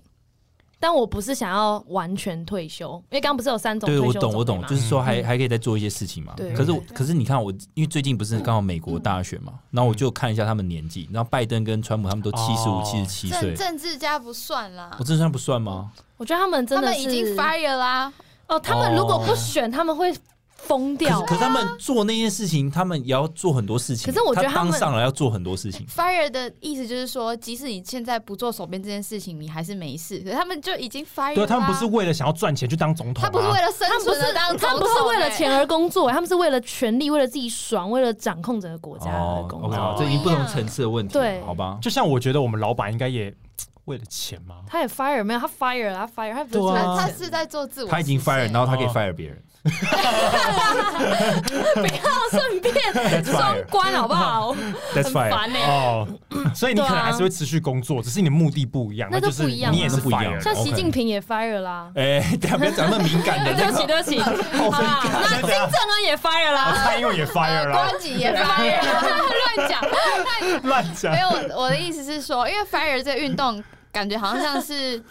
S5: 但我不是想要完全退休，因为刚刚不是有三种退
S4: 对，
S5: 休
S4: 我懂，
S5: 种
S4: 我
S5: 类
S4: 懂，
S5: 吗
S4: 就是说还还可以再做一些事情嘛
S5: 对。
S4: 可是我，可是你看我，因为最近不是刚好美国大选嘛，然后我就看一下他们年纪，然后拜登跟川普他们都七十五、
S6: 哦
S4: 七十七
S3: 政
S4: 岁，
S3: 政治家不算啦
S4: 我，这算不算吗？
S5: 我觉得他们真
S3: 他
S5: 的
S3: 们已
S5: 是
S3: 经 fire 啦，
S5: 哦，他们如果不选，他们会疯
S4: 可是
S5: 掉。啊
S4: 可是他们做那件事情，他们也要做很多事情。
S5: 可是我觉得
S4: 他
S5: 他们
S4: 当上了要做很多事情。
S3: fire 的意思就是说，即使你现在不做手边这件事情，你还是没事。可是他们就已经 fire
S6: 对啊，
S3: 啦
S6: 他们不是为了想要赚钱去当总统、啊，
S3: 他不是为了生
S5: 哎他们不
S3: 存而
S5: 是，
S3: 当
S5: 他们不
S3: 总
S5: 是
S3: 统
S5: 为了
S3: 欸
S5: 钱而工作欸，他们是为了权力，为了自己爽，为了掌控整个国家而
S4: 哦
S5: 工
S4: ，OK，
S5: 作。
S4: 好，这已经不同层次的问题了，
S5: 对
S4: 好吧？
S6: 就像我觉得我们老板应该也为了钱嘛，
S5: 他也 fire 没有？他 fire 了，他 fire 他不是
S6: 对啊
S3: 他
S5: 赚
S3: 他
S5: 钱
S3: 是在做自我实现，
S4: 他已经 fire，然后他可以
S6: 哦
S4: fire 别人。
S5: 不
S4: (laughs)
S5: 要顺便
S4: That's
S5: 双
S4: fire
S5: 关好不好？
S4: (laughs) That's
S5: 很
S4: fire。
S5: 烦欸呢、 (laughs)
S6: 哦，所以你可能还是会持续工作，只是你的目的不一样，
S5: 那就
S6: 就是
S5: 不一样啊
S6: 你也是
S4: 那不一样
S6: fire
S5: 像习
S4: OK
S5: 近平也 fire
S4: (laughs)
S5: 啦。
S4: 哎，等下不要讲那么敏感
S5: (laughs)
S4: 的
S5: 哎
S4: 那
S5: 对不
S4: 个
S5: 起，。对不起，
S4: Oh
S5: 好啦，那啊金正恩也 fire 啦，
S6: 蔡英文
S5: (laughs)
S6: 也 fire 啦，
S3: 关己也 fire，乱讲。
S5: 啊
S6: 乱讲
S3: 没。有，我的意思是说，因为 fire 这个运动感觉好像像是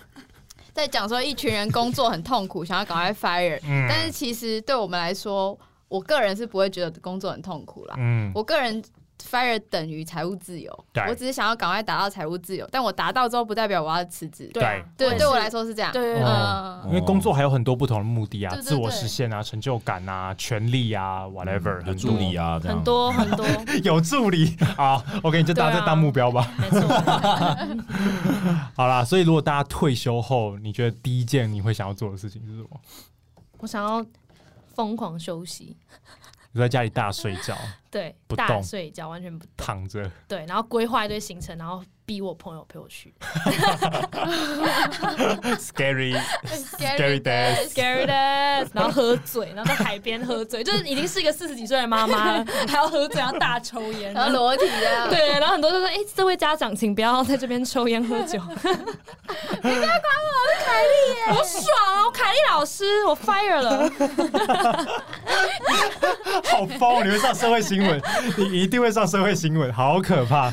S3: 在讲说一群人工作很痛苦， (laughs) 想要赶快 fire，、
S6: 嗯
S3: 但是其实对我们来说，我个人是不会觉得工作很痛苦啦。
S6: 嗯，
S3: 我个人 fire 等于财务自由
S6: 对，
S3: 我只是想要赶快达到财务自由，但我达到之后不代表我要辞职。
S5: 对啊
S3: 对，对我
S5: 是
S3: 来说是这样。
S5: 对对对
S6: 哦
S3: 嗯，
S6: 因为工作还有很多不同的目的啊，
S3: 对对对
S6: 自我实现啊，成就感啊，权利啊，whatever，
S4: 嗯
S6: 很
S4: 有
S6: 多
S4: 助理啊，这样
S5: 很多很多，
S6: 有助
S4: (laughs)
S6: 理啊。OK，你就大家
S5: 对啊
S6: 再当目标吧。
S5: 没错。 (laughs)
S6: 好啦，所以如果大家退休后，你觉得第一件你会想要做的事情是什么？
S5: 我想要疯狂休息，
S6: 就在家里大睡觉，
S5: 对
S6: 不，
S5: 大
S6: 动
S5: 睡觉完全不
S6: 躺
S5: (laughs)
S6: 着。
S5: 对，然后规划一堆行程，然后逼我朋友陪我去
S6: Scary
S3: Scary
S6: Dad
S5: ，scary days，然后喝醉，然后在海边喝醉，就是已经是一个四十几岁的妈妈 (laughs) 了，还要喝醉，然后大抽烟，
S3: 然后裸体的，
S5: 对，然后很多就说：“哎、这位家长，请不要在这边抽烟喝 (laughs) 酒。”哎你不要管我，我是凯莉耶，我爽哦，凯莉老师，我 fire 了。
S6: 好疯！你会上社会新闻，你一定会上社会新闻，好可
S5: (laughs)
S6: 怕！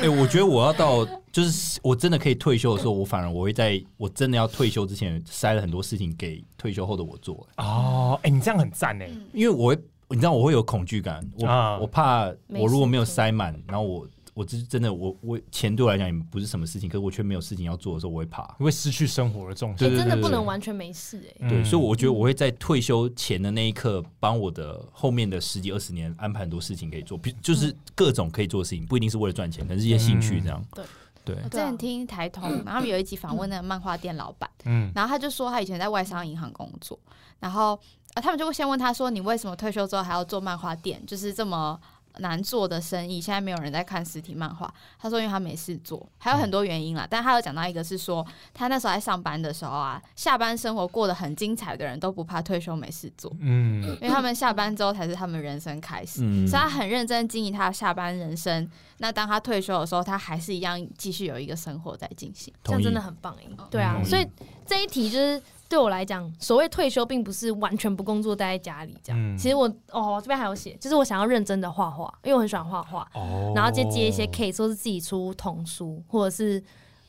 S4: 哎、我觉得我要到就是我真的可以退休的时候，我反而我会在我真的要退休之前塞了很多事情给退休后的我做，
S6: 哦，哎、你这样很赞哎、
S5: 嗯
S4: 因为我会你知道我会有恐惧感，我、
S6: 啊
S4: 我怕
S5: 没
S4: 我如果
S5: 事
S4: 没有
S5: 做
S4: 塞满，然后我我就是真的我我钱对我来讲也不是什么事情，可是我却没有事情要做的时候，我会怕。
S6: 你会失去生活的重
S5: 哎、
S6: 心。
S5: 真的不能完全没事哎、
S6: 嗯
S4: 对，所以我觉得我会在退休前的那一刻，帮我的后面的十几二十年安排很多事情可以做，比就是各种可以做的事情，不一定是为了赚钱，可能是一些兴趣这样。
S5: 嗯
S4: 对
S3: 我之前听台通，然后他们有一集访问那个漫画店老板，
S6: 嗯，
S3: 然后他就说他以前在外商银行工作，然后呃他们就会先问他说：“你为什么退休之后还要做漫画店？就是这么难做的生意，现在没有人在看实体漫画。”他说：“因为他没事做，还有很多原
S6: 嗯
S3: 因啦。但他有讲到一个是说，他那时候在上班的时候啊，下班生活过得很精彩的人都不怕退休没事做，
S6: 嗯
S3: 因为他们下班之后才是他们人生开始。
S4: 嗯
S3: 所以他很认真经营他的下班人生。那当他退休的时候，他还是一样继续有一个生活在
S6: (laughs)
S3: 进行。
S5: 这
S4: 同
S5: 样
S4: 意
S5: 真的很棒哎、对
S6: 嗯
S5: 啊，
S6: 同意
S5: 所以这一题就是对我来讲，所谓退休并不是完全不工作待在家里这样。
S6: 嗯
S5: 其实我哦这边还有写，就是我想要认真的画画，因为我很喜欢画画，
S6: 哦
S5: 然后接接一些 case，或是自己出童书，或者是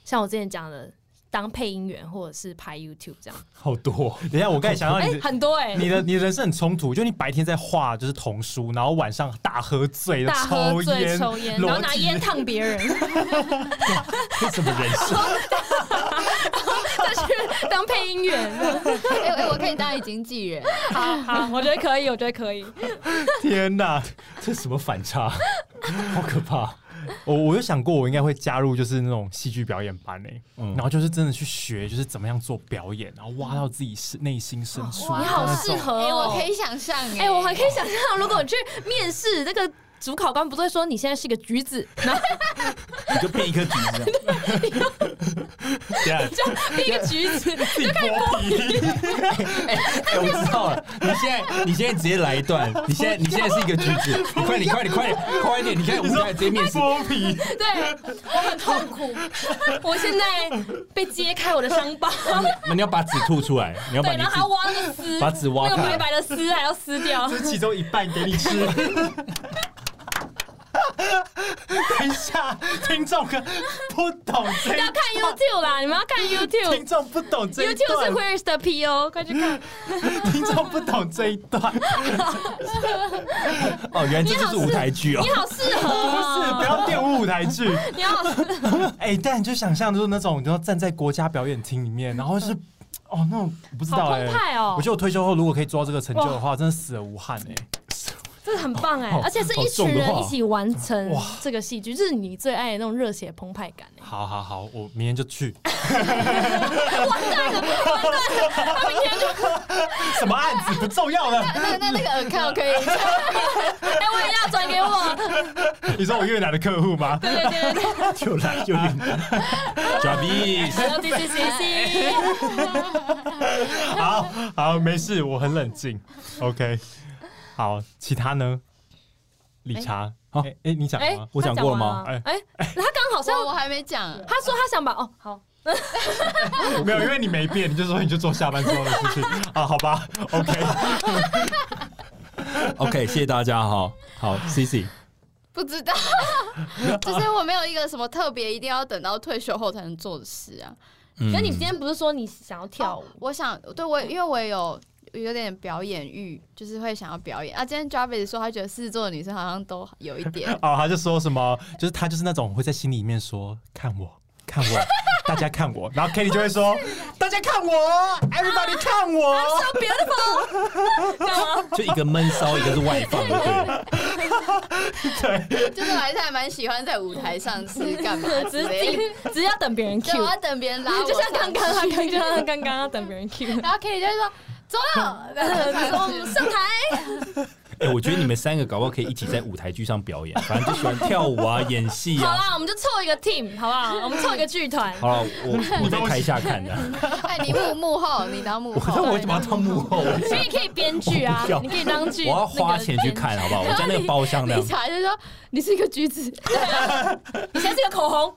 S5: 像我之前讲的当配音员，或者是拍 YouTube 这样。
S6: 好多。等一下，我刚才想到
S5: 哎、
S6: 啊你的。
S5: 很多哎、
S6: 你的你的人生很冲突，就你白天在画就是童书，然后晚上大喝醉的
S5: 大喝醉
S6: 烟，
S5: 抽烟，然后拿烟烫别
S6: (laughs)
S5: 人，
S6: 什么人
S5: (laughs)
S6: 生？
S5: 再去当配音
S6: (laughs)
S5: 员。
S3: 哎、哎、我可以当你经纪人，
S5: 好好，我觉得可以，我觉得可以。
S6: 天哪，
S4: 这什么反
S6: (laughs)
S4: 差，好可怕！
S6: 我我有想过，我应该会加入就是那种戏剧表演班诶、
S4: 嗯
S6: 然后就是真的去学，就是怎么样做表演，然后挖到自己是内心深处。
S5: 你好适合、
S3: 哎、我可
S5: 以。
S3: 以想象、哎、
S5: 哎、我还可以想象，如果你去面试，那个主考官不会说你现在是一个橘
S6: (laughs)
S5: 子，然后
S4: 你就变一颗橘子，
S6: 对啊，
S5: 就变一个橘子，
S6: 自己剥皮，
S4: (laughs) 哎、我知道了。你现在，你现在直接来一段。你现在，你现在是一个橘子，你快点，快点，快点，快点！你看我们现在直接面试，
S6: 剥皮，
S5: 对我很痛苦，我现在被揭开我的
S6: (laughs)
S5: 伤疤，
S4: 你要把纸吐出来，你要把
S5: 对，
S4: 你
S5: 然后还要
S4: 自
S5: 挖那个丝，
S4: 把纸挖
S5: 那个
S4: 开
S5: 白白的丝还要
S6: (laughs)
S5: 撕掉，
S6: 这其中一半给你
S4: (laughs)
S6: 吃。 (laughs) 等一下，听众可不懂这一
S5: 要看 YouTube 啦，你们要看
S6: 听
S5: YouTube。
S6: 众不懂这一
S5: YouTube 哦
S6: 段，
S5: 是 Where's the PO？快去
S6: (laughs)
S5: 看！
S6: 听众不懂这一
S5: (laughs)
S6: 段，
S4: 己哦，原来这就是舞台剧哦
S5: 你。好适合
S6: 不是
S5: 哦、
S6: 不要玷污舞台剧。
S5: 你好适合，
S6: 哎、但你就想象就是那种，你要站在国家表演厅里面，然后就是，哦，那种我不知道
S5: 好
S6: 哎、
S5: 澎湃哦、
S6: 我觉得我退休后如果可以做到这个成就的话，真的死而无憾哎、
S5: 这很棒哎、
S6: 哦好
S5: 而且是一群人一起完成这个戏剧，就是你最爱的那种热血澎湃感哎、
S6: 好好好，我明天就去。完蛋了，完蛋了！他明天就 (laughs) 什么案子不重要了。
S3: 那那那个 account 可
S5: (laughs)
S3: 以，
S5: 哎、我也要转给我，
S6: 你说我越南的客户吗？
S5: 对对对对
S6: (laughs)
S5: 啊
S4: 就来就来 j a v i s
S5: 对，要 D C C
S8: 哎
S5: C。
S6: (laughs) 好好，没事，我很冷静。OK，好，其他呢？理查，哎、哎、你讲
S5: 哎、
S6: 吗？
S4: 我讲过了吗
S5: 他讲完哎、他刚好像
S3: 我我还没讲，
S5: 他说他想把哦好，
S6: 没有，因为你没变，你就说你就做下班之后的事情 (laughs) 啊，好吧？OK，，
S4: OK，谢谢大家哈。好，Cici，
S3: 不知
S5: (laughs)
S3: 道，就是我没有一个什么特别一定要等到退休后才能做的事啊。哦
S5: 那、
S8: 嗯
S4: 那
S5: 你今天不是说你想要跳舞？
S3: 我想，对我因为我也有有点表演欲，就是会想要表演啊。今天 Jarvis 说他觉得狮子座的女生好像都有一点
S5: (laughs)
S6: 哦，他就说什么，就是他就是那种会在心里面说看我，看我， (laughs) 大家看我，然后 Kitty 就会
S5: (laughs)
S6: 说大家看我，everybody
S5: 啊
S6: 看我。
S5: so beautiful，这样吗？
S4: 就一个闷骚，一个是外放的，对。
S3: 就是我还是还蛮喜欢在舞台上是干嘛之
S5: 只是自
S3: 类的。
S5: 己
S3: (laughs)
S5: 只是要等别人 Q，
S3: 对，我要等别人拉我
S5: (laughs) 就像刚啊刚他
S3: 上去
S5: 刚刚刚刚要等别人 Q，
S3: 然后 Kitty 就会说走了，然后
S5: (laughs) 我
S3: 上去
S5: 们上台，
S8: 哎、我觉得你们三个搞不好可以一起在舞台剧上表演，反正就喜欢跳舞啊、演戏
S5: 好
S8: 啊。
S5: 啦，我们就凑一个 team 好不好？我们凑一个剧团。
S8: 好了，我我在台下看
S5: (laughs)
S8: 的，
S3: 哎，你幕幕后，你当幕
S8: 我
S3: 后，
S8: 我把它当幕后，我
S5: 所以你可以编剧啊
S8: 我不要，
S5: 你可以当剧，
S8: 我要花钱去看，好不好？我在那个包厢那
S3: 理
S8: 样，
S3: 查就说你是一个橘
S8: (laughs)
S3: 子，
S5: 那个。你现在是个口红，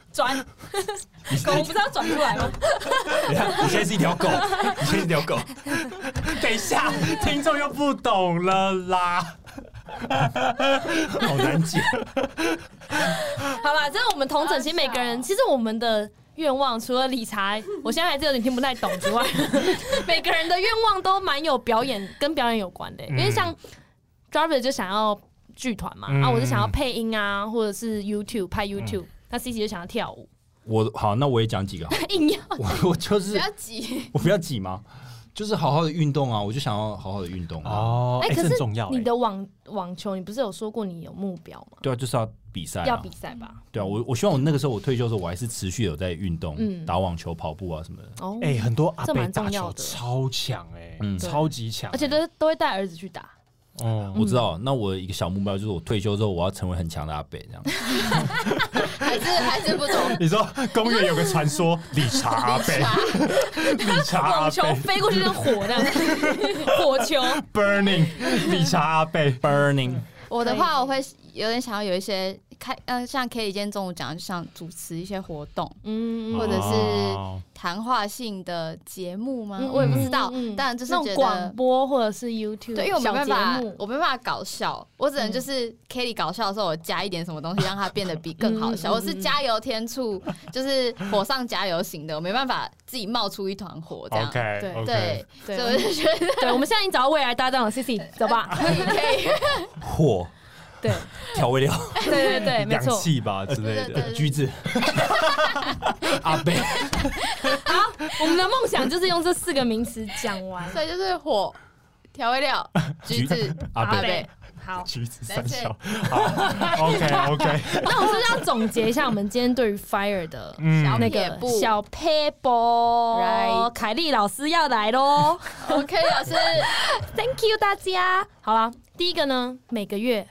S5: (laughs) 转口红不是要转出来吗？
S8: (laughs) 你看你现在是一条狗，你现在是一条狗，
S6: 等一下，听众又不懂了啦。
S8: 好难解。
S5: 好啦，这是我们同整，其实每个人，其实我们的愿望，除了理查， (laughs) 我现在还是有点听不太懂之外， (laughs) 每个人的愿望都蛮有表演跟表演有关的、
S6: 嗯
S5: 因为像 Jarvis 就想要剧团嘛，
S6: 嗯
S5: 啊，我就想要配音啊，或者是 YouTube 拍 YouTube，、那 C C 就想要跳舞， (laughs) 啊
S8: 我好，那我也讲几个好了，啊
S5: 硬要
S8: (laughs) 我我就
S3: 不
S8: 是
S3: 要急。 (laughs)
S8: 我不要挤吗？就是好好的运动啊，我就想要好好的运动啊。
S6: 哦，
S5: 哎
S6: 哎，这
S5: 可是
S6: 很重要。
S5: 你
S6: 哎
S5: 的网网球，你不是有说过你有目标吗？
S8: 对啊，就是要比
S6: 哎
S8: 赛、啊，
S5: 要比赛吧？
S8: 对啊，我我希望我那个时候我退休的时候，我还是持续有在运动，
S5: 嗯
S8: 打网球、跑步啊什么的。
S5: 哦，
S6: 哎，很多阿
S5: 这
S6: 贝
S5: 蛮
S6: 打
S5: 重要
S6: 球
S5: 的
S6: 超强哎
S8: 嗯，
S6: 超级强，
S5: 而且都都会带儿子去打，
S6: 哦，
S8: 我知道，那我一个小目标就是我退休之后我要成为很强的阿北这样。
S3: 还是还是不懂。
S5: (laughs)
S6: (laughs) 你说公园有个传说，理查阿贝， (laughs) 理查阿
S5: 网
S6: 贝
S5: 球飞过去跟火
S6: (laughs)
S5: 那样，火球。嗯
S6: ，Burning，理查阿贝
S8: Burning，
S3: 我的
S5: 可以
S3: 话，我会有点想要有一些开，呃，像 K 今天中午讲，就像主持一些活动，
S5: 嗯，
S3: 或者是
S6: 哦
S3: 谈话性的节目吗？
S5: 嗯
S3: 我也不知道，
S5: 嗯嗯嗯
S3: 但就是
S5: 那
S3: 觉得
S5: 种广播或者是 YouTube，
S3: 对，因为我没
S5: 小
S3: 办法
S5: 节目，嗯
S3: 我没办法搞笑，我只能就是 k a t i e 搞笑的时候，我加一点什么东西，让它变得比更好笑。
S5: 嗯嗯嗯
S3: 我是加油添醋，就是火上加油型的，我没办法自己冒出一团火这样。
S5: 对
S6: ，OK，OK，
S3: 对，所
S5: 对
S3: 以我 (laughs) 就觉得
S5: 对，我们现在已经找到未来搭档了，C C，
S3: (laughs)
S5: 走吧。
S3: 可以可以，
S8: 火
S5: 对
S8: 调味料，
S5: 对对
S6: (laughs)
S5: 对，没
S6: 氧
S5: 错。
S6: 气吧之类
S3: 对对
S6: 的，
S3: 对
S8: 橘
S5: (laughs)
S8: 子，阿北，
S5: 我们的梦想就是用这四个名词讲
S6: (laughs)
S5: 完。
S3: 所以就是火、调味料、橘子、
S8: 阿
S3: 阿
S8: 贝
S3: 贝，
S5: 好，
S6: 橘子
S3: That's
S6: 三小，好，OK，OK，
S5: 那我是不是要总结一下我们今天对于 Fire 的
S3: 小
S6: 嗯，
S5: 那
S3: 撇
S5: 个
S3: 步
S5: 小 paper？
S3: Right
S5: 凯莉老师要来喽
S3: OK，老师，
S5: ，Thank you 大家。好啦，第一个呢，每个月、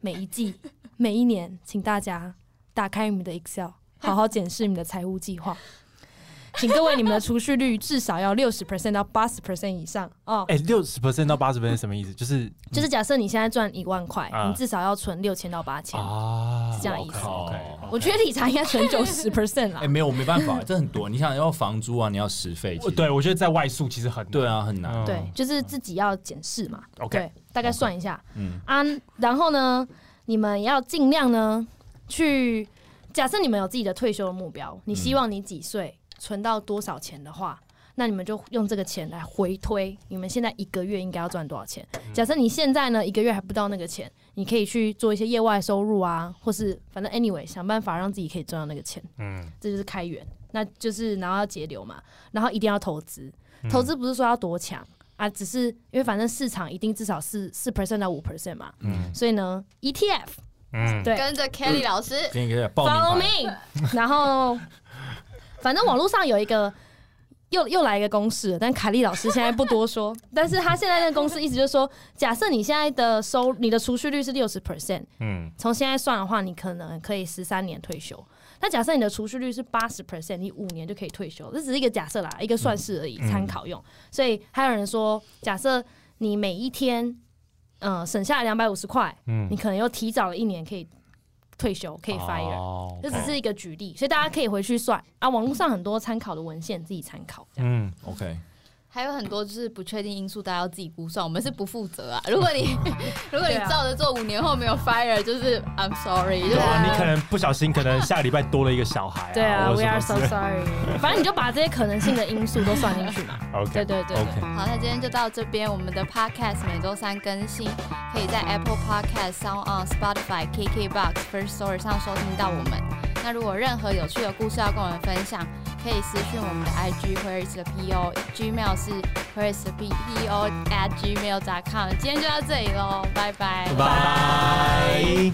S5: 每一季、 (laughs) 每一年，请大家打开你们的 Excel，好好检视你们的财务计划。请各位，你们的储蓄率至少要六十 percent 到八十 percent 以上哦。
S6: (laughs) 哎，六十 percent 到八十 percent 什么意思？就是
S5: 就是假设你现在赚一万块，
S6: 啊
S5: 你至少要存六千到八千。
S6: 啊
S5: 是这样意思
S8: 靠！
S6: 哦
S5: 我觉得理财应该存九十 percent 啦
S8: 哎，。没有，我没办法，这很多。你想要房租啊，你要食费，其实
S6: 对，我觉得在外宿其实很
S8: 对啊，很难。
S6: 嗯
S5: 对，就是自己要检视嘛。
S6: OK
S5: 对，大概算一下。
S8: 嗯
S5: 啊，然后呢，你们要尽量呢去，假设你们有自己的退休的目标，你希望你几岁存到多少钱的话。那你们就用这个钱来回推，你们现在一个月应该要赚多少钱？
S6: 嗯
S5: 假设你现在呢一个月还不到那个钱，你可以去做一些业外收入啊，或是反正 anyway 想办法让自己可以赚到那个钱。
S6: 嗯，
S5: 这就是开源，那就是然后要节流嘛，然后一定要投资。
S6: 嗯
S5: 投资不是说要多强啊，只是因为反正市场一定至少是四 percent 到五 percent 嘛，
S8: 嗯
S5: 所以呢，ETF，E
S6: 嗯
S5: 对
S3: 跟着 Kelly 老师，
S8: 给你个报
S5: follow
S8: 名牌，
S5: me，然后反正网络上有一个。又又来一个公式了，但凯莉老师现在不多说。但是他现在那个公式意思就是说，假设你现在的收你的储蓄率是六十 percent，
S6: 嗯
S5: 从现在算的话，你可能可以十三年退休。那假设你的储蓄率是八十 percent，你五年就可以退休，这只是一个假设啦，一个算式而已，参、考用。所以还有人说，假设你每一天，呃，省下两百五十块，你
S6: 嗯，
S5: 可能又提早了一年可以退休，可以 fire。
S6: 哦
S5: 这只是一个举例，所以大家可以回去算啊，网络上很多参考的文献自己参考。这样
S6: 嗯，
S8: OK，
S3: 还有很多就是不确定因素，大家要自己估算。我们是不负责啊！如果你 (laughs) 如果你
S5: 对啊
S3: 照着做，五年后没有 fire，就是 I'm sorry，就是
S6: 对啊，你可能不小心，可能下礼拜多了一个小孩，
S5: 对啊
S6: 或者
S5: ，We
S6: 什么
S5: are
S6: 之
S5: so
S6: 类
S5: sorry。反正你就把这些可能性的因素都算进去嘛。
S6: OK，
S5: 对对对对
S6: OK
S3: 好，那今天就到这边。我们的 Podcast 每周三更新，可以在 Apple Podcast、Sound On、Spotify、KKBox、First Story 上收听到我们。那如果任何有趣的故事要跟我们分享，可以私讯我们的 IG Queries 的 PO Gmail 是 Queries 的 P P O at gmail.com。今天就到这里喽，拜拜。
S6: 拜。